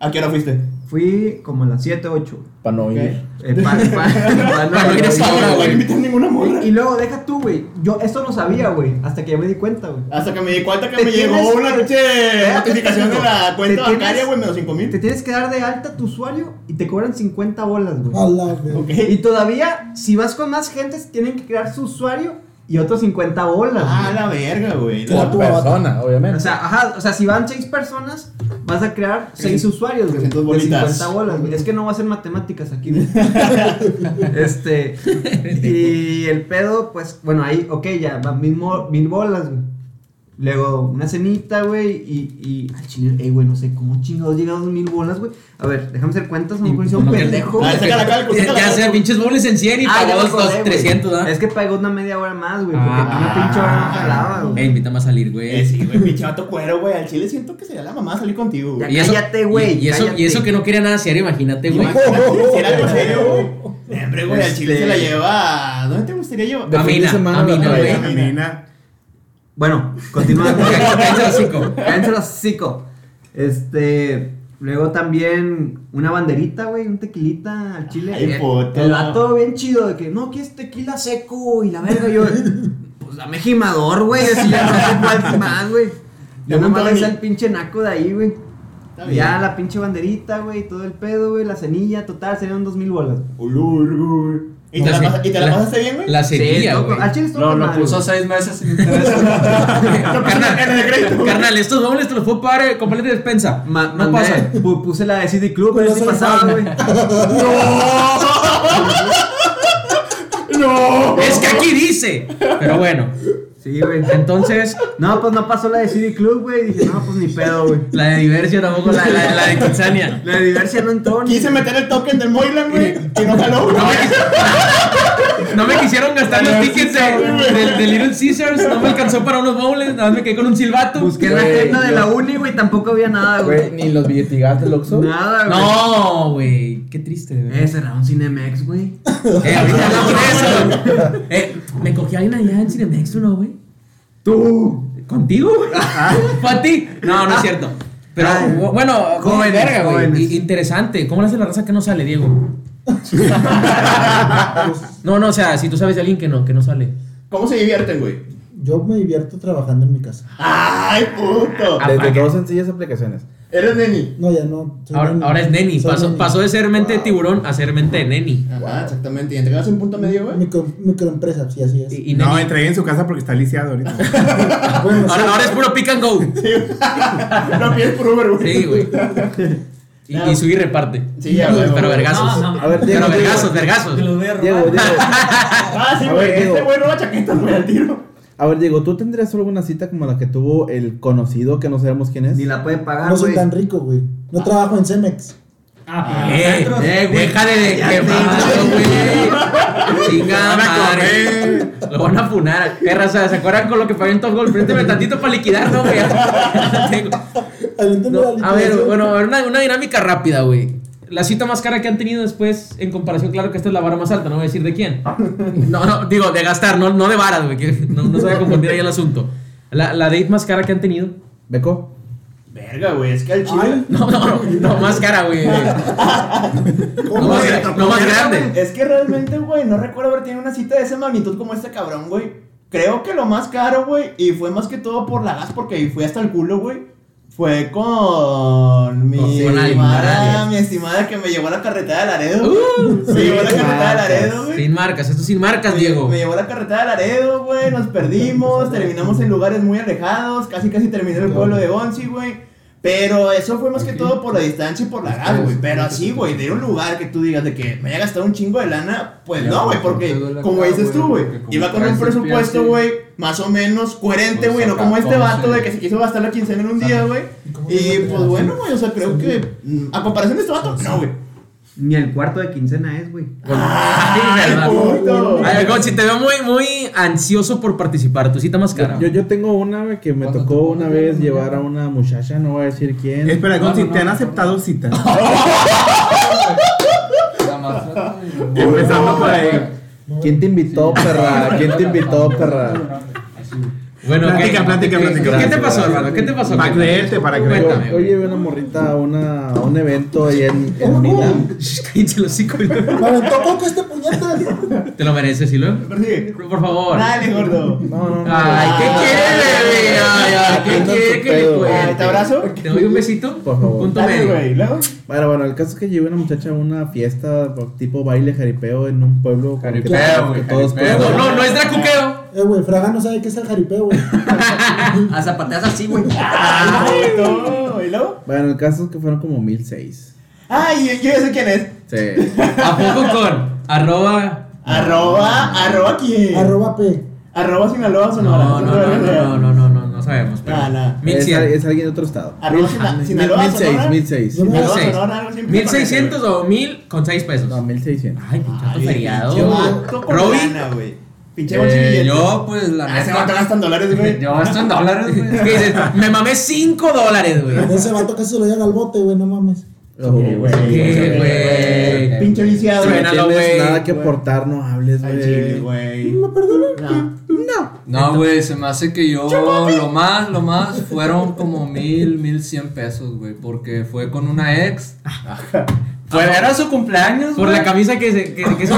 [SPEAKER 1] ¿A qué hora fuiste?
[SPEAKER 5] Fui como a las 7, 8.
[SPEAKER 4] Para no ir.
[SPEAKER 5] Eh, pa- pa- pa- Ah, no,
[SPEAKER 2] Para no ir a esa hora,
[SPEAKER 1] No
[SPEAKER 2] güey.
[SPEAKER 1] me invitan ninguna morra.
[SPEAKER 5] Y luego deja tú, güey. Yo esto no sabía, güey. Hasta que ya me di cuenta, güey.
[SPEAKER 1] Hasta que me di cuenta que
[SPEAKER 5] Te
[SPEAKER 1] me
[SPEAKER 5] tienes
[SPEAKER 1] llegó
[SPEAKER 5] que-
[SPEAKER 1] una
[SPEAKER 5] Espérate,
[SPEAKER 1] pinche notificación de
[SPEAKER 5] pendejo.
[SPEAKER 1] la cuenta
[SPEAKER 5] Te tienes-
[SPEAKER 1] bancaria, güey, menos 5
[SPEAKER 5] Te
[SPEAKER 1] mil.
[SPEAKER 5] tienes que dar de alta tu usuario y te cobran 50 bolas,
[SPEAKER 3] A
[SPEAKER 5] güey.
[SPEAKER 3] la verga.
[SPEAKER 1] Ok.
[SPEAKER 5] Y todavía, si vas con más gente, tienen que crear su usuario y otros 50 bolas.
[SPEAKER 1] Ah,
[SPEAKER 5] güey.
[SPEAKER 1] la verga, güey.
[SPEAKER 3] Tú a tu avatar.
[SPEAKER 4] Persona, obviamente.
[SPEAKER 5] O sea, ajá, o sea, si van 6 personas, vas a crear 6 usuarios, güey.
[SPEAKER 1] 300
[SPEAKER 5] De
[SPEAKER 1] bolitas.
[SPEAKER 5] 50 bolas, güey. Es que no va a ser matemáticas aquí, güey. este. Y el pedo, pues, bueno, ahí, ok, ya van mil, mo- mil bolas, güey. Luego, una cenita, güey, y, y... Ay, chingado, ey, güey, no sé cómo chingados llegaron mil bolas, güey. A ver, déjame hacer cuentas, no me pareció un
[SPEAKER 2] Como que-
[SPEAKER 5] pendejo.
[SPEAKER 1] Ah, saca la calco, saca la
[SPEAKER 2] Ya
[SPEAKER 1] calco.
[SPEAKER 2] sea pinches boles en 100 y
[SPEAKER 5] Ah,
[SPEAKER 2] pagó
[SPEAKER 5] ya me
[SPEAKER 2] dos,
[SPEAKER 5] acordé,
[SPEAKER 2] dos,
[SPEAKER 5] güey.
[SPEAKER 2] 300, ¿verdad?
[SPEAKER 5] Es que pagó una media hora más, güey, porque
[SPEAKER 2] Ah.
[SPEAKER 5] una pinche hora no jalaba,
[SPEAKER 2] Eh,
[SPEAKER 5] güey.
[SPEAKER 2] invítame a salir, güey.
[SPEAKER 1] Eh, sí, güey, pinche vato cuero, güey. Al chile siento que sería la mamá salir contigo, güey.
[SPEAKER 2] Y eso-
[SPEAKER 5] Cállate, güey,
[SPEAKER 2] Y, y eso,
[SPEAKER 5] cállate.
[SPEAKER 2] y eso que no quería nada serio, imagínate, güey.
[SPEAKER 1] Imagínate Si era algo serio, güey. Hombre, güey, al chile
[SPEAKER 5] Este-
[SPEAKER 1] se la lleva. ¿Dónde te gustaría llevar?
[SPEAKER 4] De fin de
[SPEAKER 2] Camina,
[SPEAKER 4] semana la
[SPEAKER 2] camina,
[SPEAKER 4] traía.
[SPEAKER 2] güey.
[SPEAKER 8] Camina.
[SPEAKER 5] Bueno, continuando.
[SPEAKER 2] Cállense los cinco.
[SPEAKER 5] Cállense los cinco. Este. Luego también una banderita, güey, un tequilita al chile.
[SPEAKER 1] Ay,
[SPEAKER 5] el,
[SPEAKER 1] puto.
[SPEAKER 5] el vato bien chido de que no, que es tequila seco y la verga. Yo, pues dame jimador, güey. Así ya no sé cuál más, güey.
[SPEAKER 1] Ya
[SPEAKER 5] Yo nomás
[SPEAKER 1] montaba
[SPEAKER 5] le
[SPEAKER 1] mi-
[SPEAKER 5] hice el pinche naco de ahí, güey.
[SPEAKER 1] Está
[SPEAKER 5] Ya
[SPEAKER 1] bien.
[SPEAKER 5] la pinche banderita, güey, todo el pedo, güey, la cenilla, total, serían dos mil bolas.
[SPEAKER 1] Olor, güey. ¿Y te la pasa- y te la pasaste bien, güey?
[SPEAKER 2] La
[SPEAKER 5] Sí,
[SPEAKER 2] cerilla,
[SPEAKER 5] todo-
[SPEAKER 2] güey.
[SPEAKER 5] Al chile estuvo
[SPEAKER 7] Lo,
[SPEAKER 5] con
[SPEAKER 7] lo
[SPEAKER 5] madre,
[SPEAKER 7] puso
[SPEAKER 5] güey.
[SPEAKER 7] seis meses sin interés.
[SPEAKER 2] Carnal, carnal, estos boles te los puedo pagar eh, con boletos de despensa.
[SPEAKER 5] Ma-
[SPEAKER 2] no
[SPEAKER 5] mandé-
[SPEAKER 2] pasa.
[SPEAKER 5] pu- Puse la de CD Club,
[SPEAKER 3] Pero
[SPEAKER 5] pero sí
[SPEAKER 3] no se
[SPEAKER 5] pasaba, güey.
[SPEAKER 2] Es que aquí dice. Pero bueno,
[SPEAKER 5] Sí, güey.
[SPEAKER 2] entonces
[SPEAKER 5] No, pues no pasó la de CD Club, güey. Dije, no, pues ni pedo, güey.
[SPEAKER 2] la de diversión tampoco la, la, la de Quinzania.
[SPEAKER 5] La de diversión no entró ni.
[SPEAKER 1] Quise meter el token del Moylan, güey. Y no jaló, güey.
[SPEAKER 2] No me, quis- no me quisieron gastar los tickets de, de- de Little Caesars. No me alcanzó para unos bowls. Nada más me quedé con un silbato.
[SPEAKER 5] Busqué la
[SPEAKER 4] Güey,
[SPEAKER 5] agenda de
[SPEAKER 4] yo-
[SPEAKER 5] la uni, güey. Tampoco había nada, güey.
[SPEAKER 4] Güey, ni los billetigas del Oxxo.
[SPEAKER 5] Nada, güey.
[SPEAKER 2] No, güey. Qué triste, güey.
[SPEAKER 5] Eh, cerraron Cinemex, güey.
[SPEAKER 2] Eh, ahorita hablamos de eso. güey. Eh, me cogí a alguien allá en Cinemex, ¿o ¿no, güey? Tú. ¿Contigo, güey? ¿Fue a ti? No, no es cierto. Pero
[SPEAKER 5] Ay.
[SPEAKER 2] bu- bueno, joven,
[SPEAKER 5] Jóvenes,
[SPEAKER 2] verga, güey.
[SPEAKER 5] jóvenes.
[SPEAKER 2] I- Interesante. ¿Cómo le hace la raza que no sale, Diego? no, no, o sea, si tú sabes de alguien que no, que no sale.
[SPEAKER 1] ¿Cómo se divierten, güey?
[SPEAKER 3] Yo me divierto trabajando en mi casa.
[SPEAKER 1] ¡Ay, puto!
[SPEAKER 4] Desde dos sencillas aplicaciones.
[SPEAKER 1] Eres neni.
[SPEAKER 3] No, ya no. soy
[SPEAKER 2] Ahora, ahora es Neni.
[SPEAKER 3] Soy
[SPEAKER 2] Pasó,
[SPEAKER 3] neni.
[SPEAKER 2] pasó de ser mente de tiburón a ser mente de Neni.
[SPEAKER 1] Ajá, exactamente. ¿Y entregas un punto medio, güey?
[SPEAKER 3] Micro, microempresa, sí, así es.
[SPEAKER 2] Y, y
[SPEAKER 8] No,
[SPEAKER 2] Neni-
[SPEAKER 8] entré en su casa porque está lisiado ahorita.
[SPEAKER 3] Bueno,
[SPEAKER 2] ahora, ahora es puro pick and go.
[SPEAKER 1] No pides por Uber, güey.
[SPEAKER 2] Sí, güey. Y, y subir y reparte.
[SPEAKER 1] Sí, ya, güey.
[SPEAKER 2] Pero vergazos.
[SPEAKER 9] No, no,
[SPEAKER 4] A ver, Diego,
[SPEAKER 2] Pero
[SPEAKER 4] Diego,
[SPEAKER 2] vergazos, vergazos.
[SPEAKER 9] Te los voy a robar.
[SPEAKER 4] Diego, Diego.
[SPEAKER 1] Ah, sí,
[SPEAKER 4] A
[SPEAKER 1] güey.
[SPEAKER 4] ver,
[SPEAKER 1] Este
[SPEAKER 4] Diego.
[SPEAKER 1] güey roba chaquetas, güey, al tiro.
[SPEAKER 4] A ver, Diego, ¿tú tendrías alguna cita como la que tuvo el conocido que no sabemos quién es?
[SPEAKER 5] Ni la puede pagar,
[SPEAKER 3] no soy
[SPEAKER 5] güey.
[SPEAKER 3] tan rico, güey. No trabajo en Cemex.
[SPEAKER 9] Ah, pero
[SPEAKER 2] Eh,
[SPEAKER 9] nosotros-
[SPEAKER 2] eh, güey, deja de de quemarlo, güey. Chinga
[SPEAKER 8] Van a
[SPEAKER 2] madre. Lo van a funar. Eh, raza, ¿se acuerdan con lo que pagué en Top Golf? Prénteme tantito para liquidar, no, güey. Ya tengo.
[SPEAKER 3] Aviéntame la
[SPEAKER 2] No, a ver,
[SPEAKER 3] liquidación.
[SPEAKER 2] bueno, a ver, una, una dinámica rápida, güey. La cita más cara que han tenido después, en comparación, claro que esta es la vara más alta, no voy a decir de quién. No, no, digo, de gastar, no, no de varas, güey. que No, no se vaya a confundir ahí el asunto. La, la date más cara que han tenido.
[SPEAKER 4] ¿Beco?
[SPEAKER 1] Verga, güey. Es que al chile.
[SPEAKER 2] No, no, no, no más cara, güey. No
[SPEAKER 1] ¿Cómo
[SPEAKER 2] más,
[SPEAKER 1] es?
[SPEAKER 2] gra- no más grande.
[SPEAKER 1] Es que realmente, güey, no recuerdo haber tenido una cita de esa magnitud como este cabrón, güey. Creo que lo más caro, güey, y fue más que todo por la gas, porque fui hasta el culo, güey. Fue con mi,
[SPEAKER 2] Con alguien,
[SPEAKER 1] estimada,
[SPEAKER 2] nadie.
[SPEAKER 1] mi estimada que me llevó a la carretera de Laredo. güey.
[SPEAKER 2] Uh,
[SPEAKER 1] me llevó a la carretera de Laredo, güey.
[SPEAKER 2] Sin marcas, esto es sin marcas,
[SPEAKER 1] Me-
[SPEAKER 2] Diego.
[SPEAKER 1] Me llevó a la carretera de Laredo, güey. Nos perdimos. terminamos en lugares muy alejados. Casi, casi terminé en el pueblo de Onsi, güey. Pero eso fue más que todo por la distancia y por la gas, güey. Pero así, güey, de un lugar que tú digas de que me haya gastado un chingo de lana, pues
[SPEAKER 7] Ya,
[SPEAKER 1] no, güey,
[SPEAKER 7] güey,
[SPEAKER 1] porque
[SPEAKER 7] te duele
[SPEAKER 1] como
[SPEAKER 7] acá,
[SPEAKER 1] dices
[SPEAKER 7] güey,
[SPEAKER 1] tú, güey,
[SPEAKER 7] porque como
[SPEAKER 1] iba con
[SPEAKER 7] traes
[SPEAKER 1] un
[SPEAKER 7] el
[SPEAKER 1] presupuesto,
[SPEAKER 7] pie así.
[SPEAKER 1] güey, más o menos coherente,
[SPEAKER 7] Pues,
[SPEAKER 1] güey, no
[SPEAKER 7] acá,
[SPEAKER 1] como este
[SPEAKER 7] ¿cómo
[SPEAKER 1] vato
[SPEAKER 7] se-
[SPEAKER 1] de que se quiso gastar la quincena en un día, güey.
[SPEAKER 3] cómo se
[SPEAKER 1] Y
[SPEAKER 3] mantiene
[SPEAKER 1] pues
[SPEAKER 3] así?
[SPEAKER 1] bueno, güey, o sea, creo que mm, a comparación de este vato, no, güey.
[SPEAKER 5] Ni el cuarto de quincena es, güey. Eh,
[SPEAKER 9] Ay,
[SPEAKER 1] Ay,
[SPEAKER 9] verdad.
[SPEAKER 1] puto.
[SPEAKER 9] Ay, el Gonzi, te veo muy, muy ansioso por participar. Tu cita más cara.
[SPEAKER 4] Yo, yo tengo una güey, que me
[SPEAKER 7] ¿Cuándo
[SPEAKER 4] tocó
[SPEAKER 7] tocó?
[SPEAKER 4] una vez llevar a una muchacha, no voy a decir quién.
[SPEAKER 8] Espera,
[SPEAKER 7] No,
[SPEAKER 8] Gonzi,
[SPEAKER 7] no, no,
[SPEAKER 8] ¿te han
[SPEAKER 7] no,
[SPEAKER 8] aceptado cita?
[SPEAKER 7] La más flaca y-
[SPEAKER 8] Empezando por ahí.
[SPEAKER 4] ¿Quién te invitó, perra? ¿Quién te invitó, perra?
[SPEAKER 9] Bueno,
[SPEAKER 8] Plática,
[SPEAKER 9] ¿qué-
[SPEAKER 8] plática,
[SPEAKER 9] qué-
[SPEAKER 8] plática.
[SPEAKER 9] ¿Qué te pasó, hermano? ¿Qué te pasó?
[SPEAKER 8] Para creerte, para
[SPEAKER 4] Yo,
[SPEAKER 8] creerte.
[SPEAKER 9] Cuéntame.
[SPEAKER 4] yo llevé una morrita a, una, a un evento ahí en, en Milán.
[SPEAKER 9] Cállense los cinco.
[SPEAKER 3] Me aventó coca este puñete.
[SPEAKER 9] Te lo mereces, ¿sí, luego?
[SPEAKER 1] Persigue.
[SPEAKER 9] Por favor.
[SPEAKER 1] Dale, gordo.
[SPEAKER 4] No, no, no.
[SPEAKER 9] Ay, ¿qué
[SPEAKER 1] Ay,
[SPEAKER 9] quiere, bebé? Ay, ay, ¿qué
[SPEAKER 4] Anda
[SPEAKER 9] quiere
[SPEAKER 4] tu
[SPEAKER 9] que le
[SPEAKER 4] pedo.
[SPEAKER 9] cuente?
[SPEAKER 1] Ay, ¿te abrazo?
[SPEAKER 9] ¿Te doy un besito?
[SPEAKER 4] Por favor.
[SPEAKER 9] Punto
[SPEAKER 1] Dale,
[SPEAKER 9] medio.
[SPEAKER 1] güey, luego.
[SPEAKER 4] Bueno, bueno, el caso es que llevé a una muchacha a una fiesta tipo baile jaripeo en un pueblo. como que-
[SPEAKER 7] Jaripeo, güey,
[SPEAKER 4] que todos
[SPEAKER 7] jaripeo.
[SPEAKER 9] No,
[SPEAKER 4] pueden-
[SPEAKER 9] no, no es dracuqueo.
[SPEAKER 3] Eh, güey, Fraga no sabe qué es el jaripeo, güey.
[SPEAKER 5] A zapateas así, güey.
[SPEAKER 1] Ay, no, ¿y luego?
[SPEAKER 4] Bueno, el caso es que fueron como 1006.
[SPEAKER 1] Ay, yo- yo ya sé quién es.
[SPEAKER 4] Sí.
[SPEAKER 9] ¿A poco con arroba?
[SPEAKER 1] Arroba, arroba quién.
[SPEAKER 3] Arroba P.
[SPEAKER 1] Arroba Sinaloa Sonora.
[SPEAKER 9] No, no, no, no, no, no, no, no, no sabemos. pero-
[SPEAKER 1] No, no.
[SPEAKER 9] Mil
[SPEAKER 4] Es,
[SPEAKER 9] cien.
[SPEAKER 4] es alguien de otro estado.
[SPEAKER 1] Arroba Sina-
[SPEAKER 4] Mil-
[SPEAKER 1] Sinaloa
[SPEAKER 4] mil seis,
[SPEAKER 1] Sonora.
[SPEAKER 4] mil seis.
[SPEAKER 3] Yo me-
[SPEAKER 1] Sinaloa
[SPEAKER 9] Seis.
[SPEAKER 1] Sonora, algo siempre
[SPEAKER 9] Mil
[SPEAKER 1] con ese,
[SPEAKER 9] seiscientos
[SPEAKER 1] güey.
[SPEAKER 9] o mil con seis pesos.
[SPEAKER 4] No, 1600.
[SPEAKER 9] Ay, pinchato
[SPEAKER 1] Ay,
[SPEAKER 9] feriado.
[SPEAKER 1] pinche vato con
[SPEAKER 9] Robin.
[SPEAKER 1] lana, güey. Pinche
[SPEAKER 7] Eh,
[SPEAKER 1] bolsillo.
[SPEAKER 7] yo, pues, la
[SPEAKER 1] Ah, se
[SPEAKER 7] neta.
[SPEAKER 1] va gastan dólares, güey.
[SPEAKER 7] Yo gasto en dólares, güey.
[SPEAKER 9] ¿Qué dices? Me mamé 5 dólares, güey.
[SPEAKER 3] Ese vato casi se lo llega al bote, güey, no mames.
[SPEAKER 4] Ojo, güey.
[SPEAKER 9] ¿Qué, güey?
[SPEAKER 1] Pinche viciado, güey.
[SPEAKER 9] Suena
[SPEAKER 4] No
[SPEAKER 9] Suénalo,
[SPEAKER 4] tienes
[SPEAKER 9] güey.
[SPEAKER 4] nada que aportar, no hables,
[SPEAKER 1] Al chile,
[SPEAKER 4] güey.
[SPEAKER 1] güey.
[SPEAKER 3] ¿Me perdonan?
[SPEAKER 1] No.
[SPEAKER 7] No, güey, se me hace que yo lo más, lo más fueron como mil, mil cien pesos, güey, porque fue con una ex. Fue, era su cumpleaños.
[SPEAKER 9] Por
[SPEAKER 7] güey.
[SPEAKER 9] la camisa que se. Que, que se-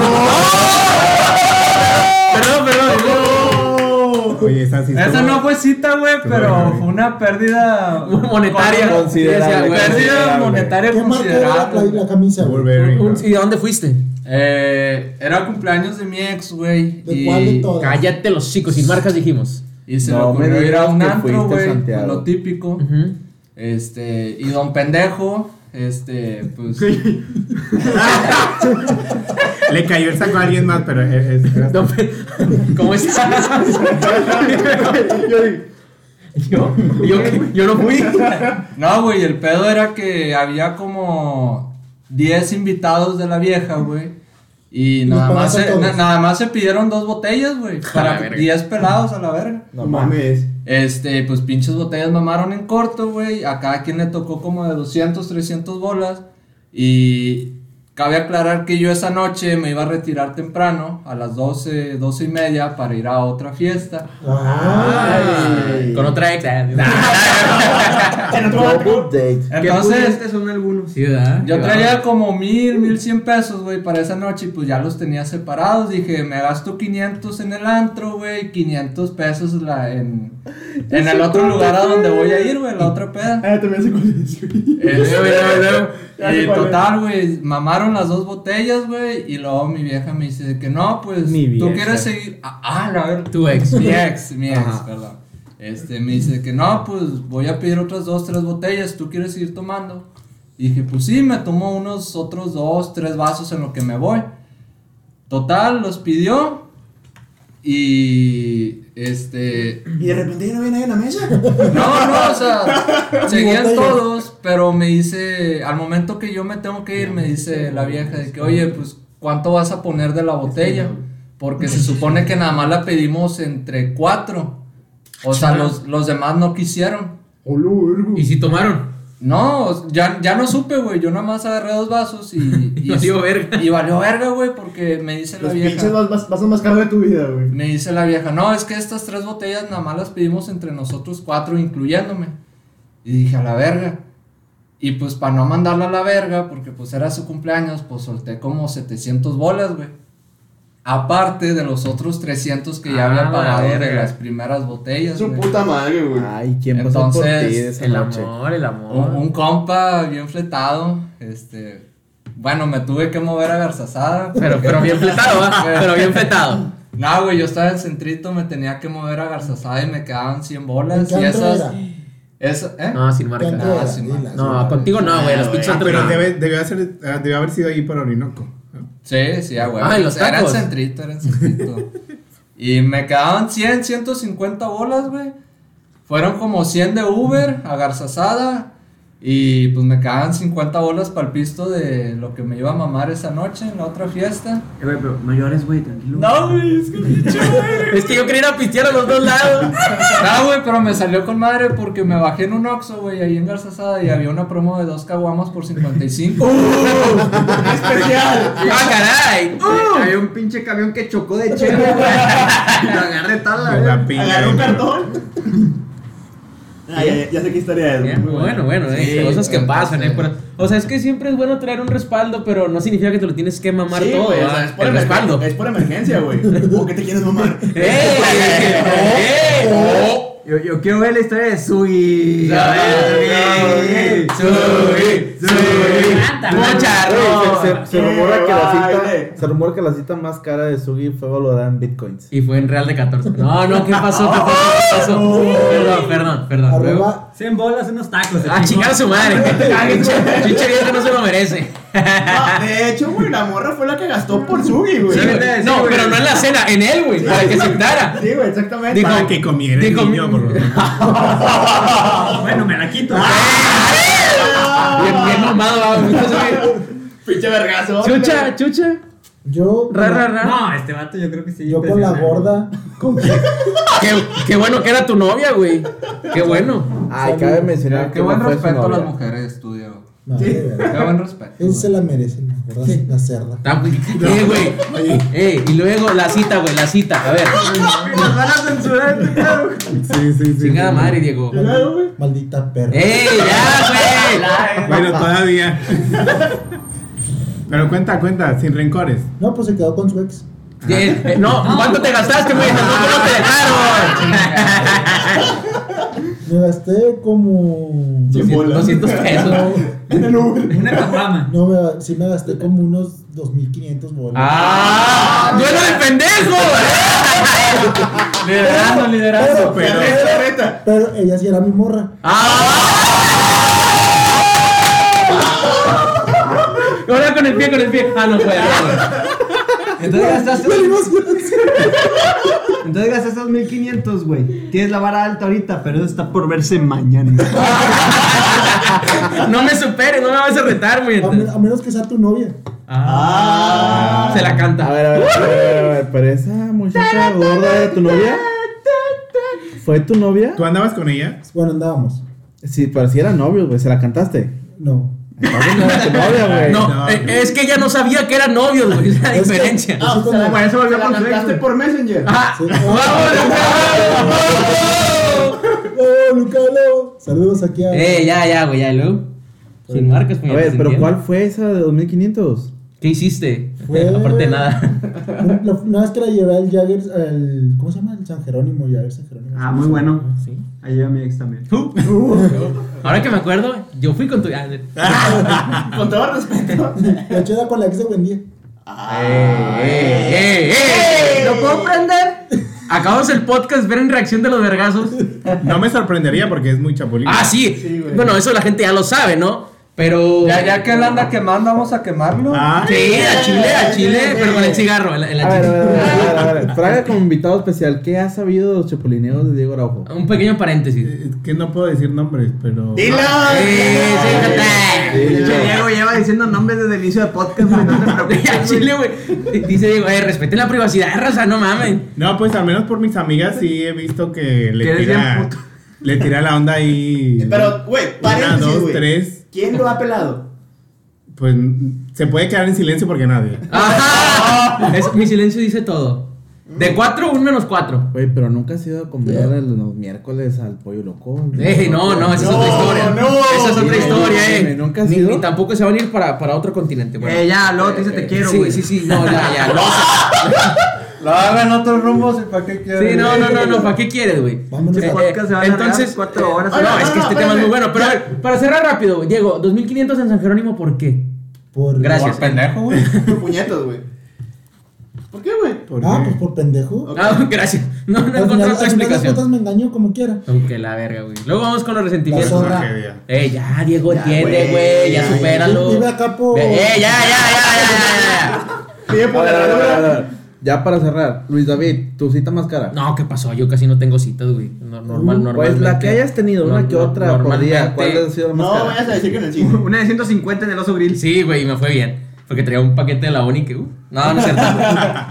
[SPEAKER 9] Perdón, perdón.
[SPEAKER 8] Oye, esa sí
[SPEAKER 7] Esa
[SPEAKER 8] estuvo-
[SPEAKER 7] no fue cita, güey, pero
[SPEAKER 8] güey.
[SPEAKER 7] fue una pérdida
[SPEAKER 9] Monetaria.
[SPEAKER 7] con-
[SPEAKER 9] Sí,
[SPEAKER 4] Considerable,
[SPEAKER 9] o sea, güey.
[SPEAKER 7] Pérdida
[SPEAKER 4] Considerable.
[SPEAKER 7] monetaria
[SPEAKER 3] ¿Qué marca era la, play-
[SPEAKER 7] considerable.
[SPEAKER 3] la camisa, güey?
[SPEAKER 8] Burberry.
[SPEAKER 9] Un- ¿Y a dónde fuiste?
[SPEAKER 7] Eh, era cumpleaños de mi ex, güey.
[SPEAKER 3] ¿De cuál de
[SPEAKER 7] Y,
[SPEAKER 3] todas?
[SPEAKER 9] Cállate los chicos, sin marcas dijimos.
[SPEAKER 7] y se
[SPEAKER 4] No
[SPEAKER 7] me ocurrió
[SPEAKER 4] me
[SPEAKER 7] ir a un
[SPEAKER 4] digas que
[SPEAKER 7] antro,
[SPEAKER 4] fuiste a
[SPEAKER 7] güey.
[SPEAKER 4] Santiago.
[SPEAKER 7] Lo típico.
[SPEAKER 9] Ujú.
[SPEAKER 7] Este, y don pendejo, este, pues.
[SPEAKER 8] Le cayó el saco a alguien más, pero es. es-
[SPEAKER 9] No, pe- ¿Cómo estás? yo, yo, yo no fui.
[SPEAKER 7] No, güey, el pedo era que había como 10 invitados de la vieja, güey. Y
[SPEAKER 3] Nos
[SPEAKER 7] nada más,
[SPEAKER 3] pagaste
[SPEAKER 7] se,
[SPEAKER 3] todos.
[SPEAKER 7] na- nada más se pidieron dos botellas, güey. Para
[SPEAKER 9] verga.
[SPEAKER 7] 10 pelados a la verga.
[SPEAKER 1] No mames.
[SPEAKER 7] Este, pues pinches botellas mamaron en corto, güey. A cada quien le tocó como de 200, 300 bolas. Y cabe aclarar que yo esa noche me iba a retirar temprano, a las 12, 12 y media, para ir a otra fiesta.
[SPEAKER 9] Ay, Con otra ex. ah,
[SPEAKER 1] En otro
[SPEAKER 4] Double
[SPEAKER 1] barco.
[SPEAKER 4] date.
[SPEAKER 7] Entonces,
[SPEAKER 5] son algunos.
[SPEAKER 9] Sí, ¿verdad?
[SPEAKER 7] yo traía como mil, mil cien pesos, güey, para esa noche. Y pues ya los tenía separados. Dije, me gasto 500 en el antro, güey. 500 pesos la, en, en el otro lugar a donde voy a ir, güey, la otra peda.
[SPEAKER 1] Ah, también sé cuál es, güey.
[SPEAKER 7] Eh,
[SPEAKER 9] Luego, luego, luego.
[SPEAKER 1] Ya sé
[SPEAKER 7] eh,
[SPEAKER 1] cuál es.
[SPEAKER 7] total, güey, mamaron las dos botellas, güey, y luego mi vieja me dice de que no, pues,
[SPEAKER 4] Mi
[SPEAKER 7] tú
[SPEAKER 4] vieja.
[SPEAKER 7] quieres seguir, ah, ah, la ver,
[SPEAKER 9] Tu ex.
[SPEAKER 7] mi ex, mi ex,
[SPEAKER 4] Ajá.
[SPEAKER 7] perdón, este, me dice de que no, pues, voy a pedir otras dos, tres botellas, tú quieres seguir tomando, y dije, pues sí, me tomo unos otros dos, tres vasos en lo que me voy, total, los pidió, y, este,
[SPEAKER 1] Y de repente ya no había nadie en la mesa.
[SPEAKER 7] no, no, o sea, seguían todos, pero me dice, al momento que yo me tengo que ir, me dice la vieja de que, oye, pues, ¿cuánto vas a poner de la botella? Porque se supone que nada más la pedimos entre cuatro. O sea, los, los demás no quisieron.
[SPEAKER 1] Hola, vergo.
[SPEAKER 9] ¿Y si tomaron?
[SPEAKER 7] No, ya, ya no supe, güey. Yo nada más agarré dos vasos y. Y,
[SPEAKER 9] Valió verga.
[SPEAKER 7] y valió verga, güey, porque me dice la
[SPEAKER 1] Los
[SPEAKER 7] vieja.
[SPEAKER 1] pinches vas, vas, vas más caros de tu vida, güey.
[SPEAKER 7] Me dice la vieja, no, es que estas tres botellas nada más las pedimos entre nosotros cuatro, incluyéndome. Y dije, a la verga. Y pues para no mandarla a la verga, porque pues era su cumpleaños, pues solté como 700 bolas, güey. Aparte de los otros 300 que ya
[SPEAKER 9] Ah,
[SPEAKER 7] había
[SPEAKER 9] la
[SPEAKER 7] pagado de
[SPEAKER 9] verga.
[SPEAKER 7] las primeras botellas.
[SPEAKER 1] Su
[SPEAKER 7] güey.
[SPEAKER 1] puta madre, güey.
[SPEAKER 4] Ay, ¿quién pasó por ti
[SPEAKER 7] Entonces,
[SPEAKER 4] esa
[SPEAKER 9] El
[SPEAKER 4] noche?
[SPEAKER 9] amor, el
[SPEAKER 7] Un,
[SPEAKER 9] amor.
[SPEAKER 7] un compa bien fletado, este... Bueno, me tuve que mover a Garzasada.
[SPEAKER 9] Pero, pero bien fletado, ¿va? Pero bien fletado.
[SPEAKER 7] No, güey, yo estaba en centrito, me tenía que mover a Garzasada y me quedaban 100 bolas.
[SPEAKER 3] ¿En qué
[SPEAKER 7] Y
[SPEAKER 3] antro era?
[SPEAKER 7] esas. Eso, ¿eh?
[SPEAKER 2] No, sin marca.
[SPEAKER 3] Tanto
[SPEAKER 7] nada,
[SPEAKER 3] era,
[SPEAKER 7] sin
[SPEAKER 3] dila,
[SPEAKER 7] más.
[SPEAKER 3] sí.
[SPEAKER 2] Ah, No, contigo no, güey. Los
[SPEAKER 1] Ah,
[SPEAKER 2] pinches
[SPEAKER 1] güey.
[SPEAKER 8] Ah,
[SPEAKER 2] antros
[SPEAKER 8] pero
[SPEAKER 2] no.
[SPEAKER 8] debe, debió, hacer, ah, debió haber sido ahí por Orinoco. ¿no?
[SPEAKER 7] Sí, sí, a huevo.
[SPEAKER 2] Ah, ¿en los
[SPEAKER 7] Era en
[SPEAKER 2] tacos?
[SPEAKER 7] centrito, era en centrito. y me quedaban 100, 150 bolas, güey. Fueron como 100 de Uber a Garzasada. Y pues me quedaban 50 bolas para el pisto de lo que me iba a mamar esa noche en la otra fiesta.
[SPEAKER 5] Eh, güey, pero no llores, güey, tranquilo.
[SPEAKER 7] No, güey, es que pinche madre.
[SPEAKER 2] Es que yo quería ir a pistear a los dos lados.
[SPEAKER 7] No, güey, pero me salió con madre porque me bajé en un Oxxo, güey, ahí en Garzasada y había una promo de dos caguamas por 55.
[SPEAKER 1] Especial.
[SPEAKER 2] ¡Ah, caray!
[SPEAKER 5] Güey, Eh, Había un pinche camión que chocó de chela, güey. Y lo agarré tal, la
[SPEAKER 8] De
[SPEAKER 5] verga.
[SPEAKER 8] la piña,
[SPEAKER 1] Agarró un
[SPEAKER 8] güey.
[SPEAKER 1] cartón. Ah, ya, ya sé qué historia es.
[SPEAKER 2] Bien,
[SPEAKER 1] muy buena.
[SPEAKER 2] bueno, bueno, eh,
[SPEAKER 7] Sí,
[SPEAKER 2] cosas que
[SPEAKER 7] pero
[SPEAKER 2] pasan, eh.
[SPEAKER 7] entonces-
[SPEAKER 2] pero- o sea, es que siempre es bueno traer un respaldo, pero no significa que te lo tienes que mamar
[SPEAKER 1] Sí,
[SPEAKER 2] todo.
[SPEAKER 1] güey, o
[SPEAKER 2] ¿ah?
[SPEAKER 1] sea, es por
[SPEAKER 2] el
[SPEAKER 1] emergen-
[SPEAKER 2] respaldo. Eh.
[SPEAKER 1] Es por emergencia, güey. ¿O qué te quieres mamar?
[SPEAKER 2] ¡Ey! ¡Ey! ¡Oh!
[SPEAKER 5] Yo, yo quiero ver la historia de Sui.
[SPEAKER 2] La
[SPEAKER 5] Sui.
[SPEAKER 2] Subí,
[SPEAKER 9] Me
[SPEAKER 2] subí.
[SPEAKER 9] encanta, güey.
[SPEAKER 2] Mocharrón.
[SPEAKER 4] Oye, se, se- se rumora que la
[SPEAKER 1] Baile.
[SPEAKER 4] cita, se rumora que la cita más cara de Sugi fue valorada en bitcoins.
[SPEAKER 2] Y fue en Real de 14. No, no, ¿qué pasó? ¿Qué pasó? ¿Qué pasó? Perdón, perdón, perdón. Luego-
[SPEAKER 3] Arroba
[SPEAKER 9] 100 bolas, unos tacos. se
[SPEAKER 2] A
[SPEAKER 9] chingó.
[SPEAKER 2] chingar a su madre. Ah, Pinche viejo no se lo merece.
[SPEAKER 1] No, de hecho, güey, la morra fue la que gastó por Sugi, güey.
[SPEAKER 2] Sí, güey. No, pero no en la cena, en él, güey, para que se quitara.
[SPEAKER 1] Sí, güey, exactamente.
[SPEAKER 2] Dijo-
[SPEAKER 8] Para que comiera el
[SPEAKER 2] dijo-
[SPEAKER 8] niño, por lo menos.
[SPEAKER 9] Bueno, me la quito.
[SPEAKER 2] Ah. Bien, bien mamado, va, güey. Entonces, güey,
[SPEAKER 1] Pinche vergazo.
[SPEAKER 2] Chucha, chucha.
[SPEAKER 3] yo,
[SPEAKER 2] Ra, ra, ra.
[SPEAKER 9] No, este vato yo creo que sí.
[SPEAKER 3] yo con la
[SPEAKER 9] impresionante.
[SPEAKER 3] gorda. Con
[SPEAKER 2] Qué, qué bueno que era tu novia, güey. Qué bueno.
[SPEAKER 4] Ay, cabe mencionar
[SPEAKER 7] Qué
[SPEAKER 4] que
[SPEAKER 7] buen
[SPEAKER 4] no fue su
[SPEAKER 7] respeto a las
[SPEAKER 4] novia.
[SPEAKER 7] mujeres, estudio.
[SPEAKER 3] No, de verdad.
[SPEAKER 7] Qué buen respeto.
[SPEAKER 3] Él se la merece, la gorda es una cerda.
[SPEAKER 2] Está muy- Eh, güey. Eh, y luego la cita, güey, la cita. A ver.
[SPEAKER 5] Nos van a censurar este pedo.
[SPEAKER 8] Sí, sí, sí.
[SPEAKER 2] Chingada madre, Diego.
[SPEAKER 3] Maldita perra.
[SPEAKER 2] ¡Ey, ya, güey!
[SPEAKER 8] Bueno, todavía. Pero cuenta, cuenta, sin rencores.
[SPEAKER 3] No, pues se quedó con su ex.
[SPEAKER 2] Eh, eh, No, ¿cuánto te gastaste, güey? No, no te dejaron.
[SPEAKER 3] Me gasté como.
[SPEAKER 2] 200 pesos.
[SPEAKER 9] Una caguama.
[SPEAKER 3] No, me, sí me gasté como unos 2.500 bolas.
[SPEAKER 2] ¡Ah! ¡Duelo de pendejo!
[SPEAKER 9] Liderazgo, liderazgo.
[SPEAKER 3] pero, pero, pero ella sí era mi morra.
[SPEAKER 2] Ah. Ahora con el pie, con el pie. Ah, no puede.
[SPEAKER 5] Entonces gastaste. Entonces gastaste 1500, güey. Tienes la vara alta ahorita, pero eso está por verse mañana.
[SPEAKER 2] No me superes, no me vas a retar, güey.
[SPEAKER 3] A, men- a menos que sea tu novia.
[SPEAKER 2] Ah. Se la
[SPEAKER 4] A
[SPEAKER 2] canta.
[SPEAKER 4] ver, a ver, a ver, a ver, a ver, pero esa muchacha gorda de tu novia. ¿Fue tu novia?
[SPEAKER 8] ¿Tú andabas con ella?
[SPEAKER 3] Pues, Bueno, andábamos.
[SPEAKER 4] Sí, pero si era novio, güey, se la cantaste.
[SPEAKER 3] No.
[SPEAKER 4] Entonces no era tu novia, güey.
[SPEAKER 2] No, eh, es que ella no sabía que eran novios, güey. Es la
[SPEAKER 3] Es que-
[SPEAKER 2] diferencia.
[SPEAKER 3] es que cuando-
[SPEAKER 1] Por eso volvió
[SPEAKER 5] Se la
[SPEAKER 1] con su ex,
[SPEAKER 5] mandaste
[SPEAKER 1] güey. por Messenger.
[SPEAKER 2] Ah,
[SPEAKER 3] Sí.
[SPEAKER 2] ¡Vamos, Lucas!
[SPEAKER 3] ¡Oh, Lucalo! Saludos aquí a.
[SPEAKER 2] Eh, ya, ya, güey, ya, y luego. Sin marcas,
[SPEAKER 4] A
[SPEAKER 2] puñetas,
[SPEAKER 4] ver, pero
[SPEAKER 2] ¿entiendes?
[SPEAKER 4] ¿cuál fue esa de 2500?
[SPEAKER 2] ¿Qué hiciste?
[SPEAKER 3] Fue-
[SPEAKER 2] Aparte de nada.
[SPEAKER 3] Un- la- Una vez que la llevé al Jagger, al. ¿Cómo se llama? El San Jerónimo, Jagger San Jerónimo.
[SPEAKER 5] Ah, muy bueno. Sí. Ahí lleva mi ex también.
[SPEAKER 2] Ahora que me acuerdo, yo fui con tu. ah, eh,
[SPEAKER 1] Con todo respeto.
[SPEAKER 3] De hecho, era con la ex de Buendía.
[SPEAKER 2] eh, eh, eh.
[SPEAKER 5] ¿Lo puedo prender?
[SPEAKER 2] Acabamos el podcast, ver en reacción de los vergazos.
[SPEAKER 8] No me sorprendería porque es muy chapulín.
[SPEAKER 2] Ah, sí. bueno, eso la gente ya lo sabe, ¿no? Pero.
[SPEAKER 7] Ya, ya que él anda quemando, vamos a quemarlo.
[SPEAKER 8] Ah,
[SPEAKER 2] Sí, a Chile, a Chile, pero con el cigarro. En la, en la
[SPEAKER 4] A ver, a
[SPEAKER 2] chichi.
[SPEAKER 4] ver, a ver, a ver, a ver. Fraga como invitado especial, ¿qué has sabido de los chapulineos de Diego Araujo?
[SPEAKER 2] Un pequeño paréntesis.
[SPEAKER 8] es que no puedo decir nombres, pero.
[SPEAKER 1] Dilo.
[SPEAKER 2] Eh, sí,
[SPEAKER 1] Dilo.
[SPEAKER 2] jota.
[SPEAKER 4] Sí,
[SPEAKER 5] Pinche
[SPEAKER 4] ya.
[SPEAKER 5] Diego lleva diciendo nombres desde el inicio del podcast, güey. No te
[SPEAKER 2] A
[SPEAKER 5] preocupes.
[SPEAKER 2] Chile, güey. Dice Diego, eh, respeten la privacidad, raza, no mamen.
[SPEAKER 8] No, pues al menos por mis amigas sí he visto que
[SPEAKER 5] Que
[SPEAKER 8] le
[SPEAKER 5] eres bien
[SPEAKER 8] tira.
[SPEAKER 5] puto.
[SPEAKER 8] Le tira la onda ahí.
[SPEAKER 1] Eh, Pero, güey,
[SPEAKER 8] Una,
[SPEAKER 1] paréntesis,
[SPEAKER 8] dos,
[SPEAKER 1] güey.
[SPEAKER 8] tres.
[SPEAKER 1] ¿Quién lo ha pelado?
[SPEAKER 8] Pues se puede quedar en silencio porque nadie.
[SPEAKER 2] Ajá. Es- mi silencio dice todo. De 4, un menos 4.
[SPEAKER 4] Güey, pero nunca has ido a comer el- los miércoles al pollo loco.
[SPEAKER 2] Ey, Eh, no, no, esa
[SPEAKER 1] No,
[SPEAKER 2] es otra historia.
[SPEAKER 1] no.
[SPEAKER 2] esa es otra
[SPEAKER 4] Sí,
[SPEAKER 2] historia,
[SPEAKER 4] sí,
[SPEAKER 2] eh.
[SPEAKER 4] nunca has
[SPEAKER 2] ni,
[SPEAKER 4] ido.
[SPEAKER 2] ni tampoco se van a ir para, para otro continente, güey.
[SPEAKER 5] Eh, ya, luego te dice te quiero,
[SPEAKER 2] sí,
[SPEAKER 5] güey.
[SPEAKER 2] sí, sí, no, ya, ya. No,
[SPEAKER 7] Lo hago en otros rumbos y para qué quiero.
[SPEAKER 2] sí, no, no, no, no, ¿para qué quieres, güey? eh,
[SPEAKER 3] Vámonos
[SPEAKER 5] Este
[SPEAKER 3] a.
[SPEAKER 5] podcast se va a alargar
[SPEAKER 2] entonces,
[SPEAKER 5] cuatro
[SPEAKER 2] eh,
[SPEAKER 5] horas.
[SPEAKER 2] No,
[SPEAKER 1] No,
[SPEAKER 2] es
[SPEAKER 1] no,
[SPEAKER 2] que
[SPEAKER 1] no,
[SPEAKER 2] este tema es
[SPEAKER 1] espérame.
[SPEAKER 2] muy bueno. Pero a ver, para cerrar rápido, Diego, 2500 en San Jerónimo, ¿por qué?
[SPEAKER 3] Por. Ah,
[SPEAKER 2] Gracias.
[SPEAKER 7] Por pendejo, güey.
[SPEAKER 1] Tu puñetos, güey. ¿Por qué, güey?
[SPEAKER 3] Ah, pues por pendejo.
[SPEAKER 2] Ah, gracias. No, no
[SPEAKER 3] Al
[SPEAKER 2] encontré
[SPEAKER 3] final,
[SPEAKER 2] otra
[SPEAKER 3] al final de cuentas
[SPEAKER 2] explicación.
[SPEAKER 3] me engañó como quiera.
[SPEAKER 2] Aunque la verga, güey. Luego vamos con los
[SPEAKER 3] La
[SPEAKER 2] resentimientos.
[SPEAKER 3] zorra.
[SPEAKER 8] Tragedia.
[SPEAKER 2] Eh, ya, Diego, entiende,
[SPEAKER 1] güey,
[SPEAKER 2] güey. Ya,
[SPEAKER 1] ya,
[SPEAKER 2] supéralo.
[SPEAKER 3] Vive acá por.
[SPEAKER 2] Eh, ya, ya, ya, ya, ya, ya.
[SPEAKER 1] Pide por
[SPEAKER 4] A ver,
[SPEAKER 1] la
[SPEAKER 4] a ver, a ver, a
[SPEAKER 1] ranura.
[SPEAKER 4] ver. Ya para cerrar, Luis David, tu cita más cara.
[SPEAKER 2] No, ¿qué pasó? Yo casi no tengo citas, güey. No- Normal, normal.
[SPEAKER 4] Pues la que hayas tenido, una
[SPEAKER 2] No,
[SPEAKER 4] que
[SPEAKER 2] no,
[SPEAKER 4] otra por día,
[SPEAKER 2] normalmente-
[SPEAKER 4] ¿cuál ha sido la más
[SPEAKER 1] No
[SPEAKER 4] cara?
[SPEAKER 1] vayas a decir que en el cine.
[SPEAKER 2] Mm.
[SPEAKER 5] Una de 150 en el oso grill.
[SPEAKER 2] Sí, güey, y me fue bien. Porque traía un paquete de la ONI que. Uh, no, no es cierto.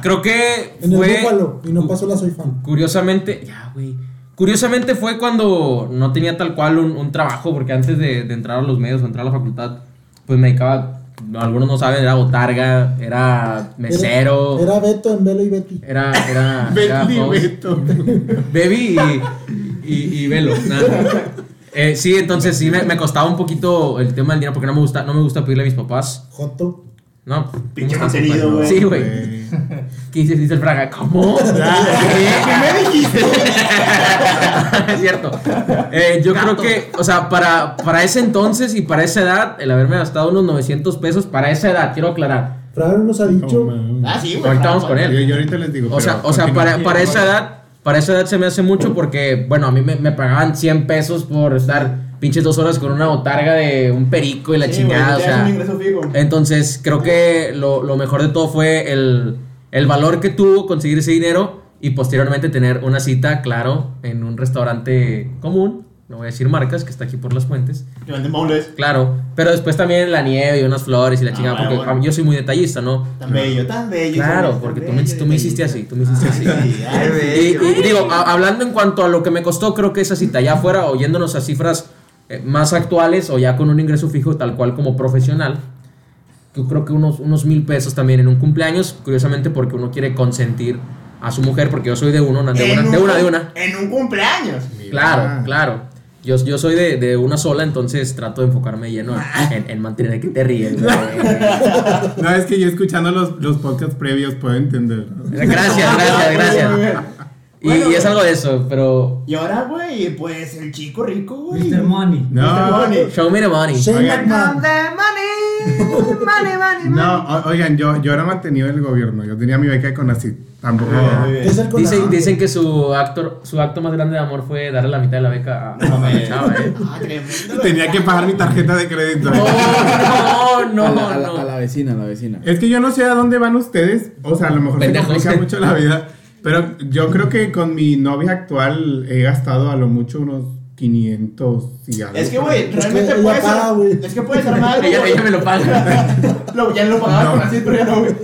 [SPEAKER 2] Creo que.
[SPEAKER 3] En el
[SPEAKER 2] fue,
[SPEAKER 3] búfalo. Y no
[SPEAKER 2] cu-
[SPEAKER 3] pasó la soy fan.
[SPEAKER 2] Curiosamente. Ya, güey. Curiosamente fue cuando no tenía tal cual un, un trabajo, porque antes de, de entrar a los medios o entrar a la facultad, pues me dedicaba. Algunos no saben, era botarga, era mesero.
[SPEAKER 3] Era, era Beto en Velo y Betty.
[SPEAKER 2] Era, era, era
[SPEAKER 8] Bentley
[SPEAKER 2] host.
[SPEAKER 8] Beto.
[SPEAKER 2] Baby y, y, y velo. nada. Eh, sí, entonces sí me, me costaba un poquito el tema del dinero porque no me gusta, no me gusta pedirle a mis papás.
[SPEAKER 3] Joto.
[SPEAKER 2] No, pues,
[SPEAKER 1] Pinche
[SPEAKER 2] ¿cómo estás,
[SPEAKER 1] contenido,
[SPEAKER 2] papá?
[SPEAKER 1] güey.
[SPEAKER 2] Sí, güey. ¿Qué dices? Dice el fraga, ¿cómo? Ah, ¿Qué?
[SPEAKER 1] ¿Qué me dijiste?
[SPEAKER 2] es cierto. Eh, yo creo que, o sea, para, para ese entonces y para esa edad, el haberme gastado unos 900 pesos, para esa edad, quiero aclarar.
[SPEAKER 3] Fraga nos ha
[SPEAKER 8] Oh,
[SPEAKER 3] dicho.
[SPEAKER 1] Ah, sí, güey.
[SPEAKER 2] Ahorita vamos con
[SPEAKER 8] Yo,
[SPEAKER 2] él.
[SPEAKER 8] yo ahorita les digo.
[SPEAKER 2] O sea, o sea para, para esa edad, para esa edad se me hace mucho porque, bueno, a mí me, me pagaban 100 pesos por estar pinches dos horas con una botarga de un perico y la
[SPEAKER 1] Sí, güey,
[SPEAKER 2] chingada,
[SPEAKER 1] te das un
[SPEAKER 2] o sea. eh,
[SPEAKER 1] ingreso fijo.
[SPEAKER 2] Entonces, creo que lo, lo mejor de todo fue el, el valor que tuvo conseguir ese dinero y posteriormente tener una cita, claro, en un restaurante común, no voy a decir marcas, que está aquí por las puentes.
[SPEAKER 1] Que venden bowls.
[SPEAKER 2] Claro, pero después también la nieve y unas flores y la chingada,
[SPEAKER 1] Ah,
[SPEAKER 2] porque
[SPEAKER 1] bueno.
[SPEAKER 2] yo soy muy detallista, ¿no?
[SPEAKER 1] Tan bello, tan bello.
[SPEAKER 2] Claro,
[SPEAKER 1] tan
[SPEAKER 2] porque tú
[SPEAKER 1] bello,
[SPEAKER 2] me,
[SPEAKER 1] tan
[SPEAKER 2] tú me hiciste
[SPEAKER 1] bello.
[SPEAKER 2] así, tú me hiciste así.
[SPEAKER 1] Sí, ay,
[SPEAKER 5] Qué
[SPEAKER 2] Y,
[SPEAKER 5] bello.
[SPEAKER 2] y digo, a- hablando en cuanto a lo que me costó, creo que esa cita ya afuera, oyéndonos a cifras eh, más actuales o ya con un ingreso fijo tal cual como profesional, yo creo que unos, unos mil pesos también en un cumpleaños, curiosamente porque uno quiere consentir a su mujer, porque yo soy de uno, de
[SPEAKER 1] En Ah.
[SPEAKER 2] una,
[SPEAKER 1] un-
[SPEAKER 2] de una, de una.
[SPEAKER 1] En un cumpleaños.
[SPEAKER 2] Claro, claro. Yo, yo soy de, de una sola, entonces trato de enfocarme lleno
[SPEAKER 1] Ah.
[SPEAKER 2] en, en mantener que te ríes. güey.
[SPEAKER 8] No, es que yo escuchando los, los podcasts previos puedo entender.
[SPEAKER 2] Gracias, gracias, gracias. Y, y es algo de eso, pero...
[SPEAKER 1] Y ahora, güey, pues el chico rico, güey.
[SPEAKER 9] Mr. Money.
[SPEAKER 8] No,
[SPEAKER 2] Show me the money.
[SPEAKER 3] Shane
[SPEAKER 8] Oigan.
[SPEAKER 3] McMahon.
[SPEAKER 8] no, o- oigan, yo, yo era mantenido del gobierno. Yo tenía mi beca con así. Tampoco.
[SPEAKER 1] Muy bien.
[SPEAKER 3] Es el
[SPEAKER 2] Dicen,
[SPEAKER 3] conocido.
[SPEAKER 2] dicen que su actor, su acto más grande de amor fue darle la mitad de la beca a, a la chava, ¿eh?
[SPEAKER 1] Ah, tremendo.
[SPEAKER 8] Tenía que pagar mi tarjeta de crédito.
[SPEAKER 2] No, no,
[SPEAKER 4] a, la, a la- a
[SPEAKER 2] no.
[SPEAKER 4] la vecina, a la vecina.
[SPEAKER 8] Es que yo no sé a dónde van ustedes. O sea, a lo mejor se
[SPEAKER 2] Pendejos.
[SPEAKER 8] complica mucho la vida. Pero yo creo que con mi novia actual he gastado a lo mucho unos 500 y algo.
[SPEAKER 1] Es que, güey,
[SPEAKER 3] que
[SPEAKER 1] realmente
[SPEAKER 3] ella
[SPEAKER 1] puedes.
[SPEAKER 3] paga, güey.
[SPEAKER 1] es que puedes armar. algo,
[SPEAKER 2] Ella,
[SPEAKER 1] güey.
[SPEAKER 2] ella me lo paga.
[SPEAKER 1] Lo- ya lo pagaba
[SPEAKER 8] No.
[SPEAKER 1] con así, pero ya no, güey.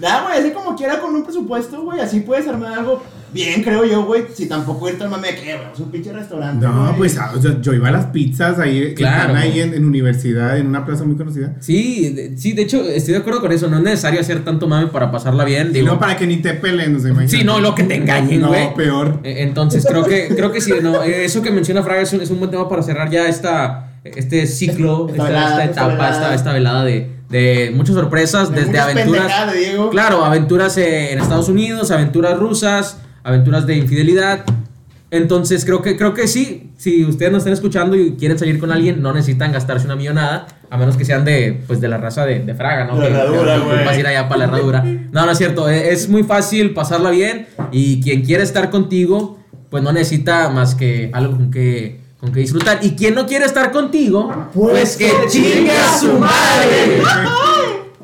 [SPEAKER 1] Nada, güey, así como quiera con un presupuesto, güey. Así puedes armar algo bien, creo yo, güey. Si tampoco irte al mame de que, güey, es un pinche restaurante.
[SPEAKER 8] No,
[SPEAKER 1] güey.
[SPEAKER 8] pues ah, o sea, yo iba a las pizzas ahí, que
[SPEAKER 2] Claro.
[SPEAKER 8] están ahí en, en universidad, en una plaza muy conocida.
[SPEAKER 2] Sí, de- sí, de hecho, estoy de acuerdo con eso. No es necesario hacer tanto mame para pasarla bien.
[SPEAKER 8] Y
[SPEAKER 2] Digo,
[SPEAKER 8] no para que ni te peleen, no se imaginan.
[SPEAKER 2] Sí, no, lo que te engañen,
[SPEAKER 8] No,
[SPEAKER 2] güey.
[SPEAKER 8] peor.
[SPEAKER 2] Eh, Entonces creo que creo que sí, no, eh, eso que menciona Fraga es un, es un buen tema para cerrar ya esta este ciclo,
[SPEAKER 1] Esta
[SPEAKER 2] esta,
[SPEAKER 1] velada,
[SPEAKER 2] esta
[SPEAKER 1] esta
[SPEAKER 2] etapa,
[SPEAKER 1] velada.
[SPEAKER 2] Esta, esta velada de, de muchas sorpresas,
[SPEAKER 1] De
[SPEAKER 2] desde
[SPEAKER 1] muchas
[SPEAKER 2] aventuras.
[SPEAKER 1] pendejadas de Diego.
[SPEAKER 2] Claro, aventuras eh, en Estados Unidos, aventuras rusas, aventuras de infidelidad. Entonces creo que creo que sí, si ustedes nos están escuchando y quieren salir con alguien, no necesitan gastarse una millonada, a menos que sean de pues de la raza de, de Fraga, ¿no?
[SPEAKER 1] La
[SPEAKER 2] Que- que
[SPEAKER 1] herradura,
[SPEAKER 2] ocupas
[SPEAKER 1] güey.
[SPEAKER 2] ir allá para la herradura. No, no es cierto. e- Es muy fácil pasarla bien y quien quiera estar contigo, pues no necesita más que algo con que, con que disfrutar. Y quien no quiere estar contigo, pues,
[SPEAKER 3] Pues
[SPEAKER 2] que chingue a su madre.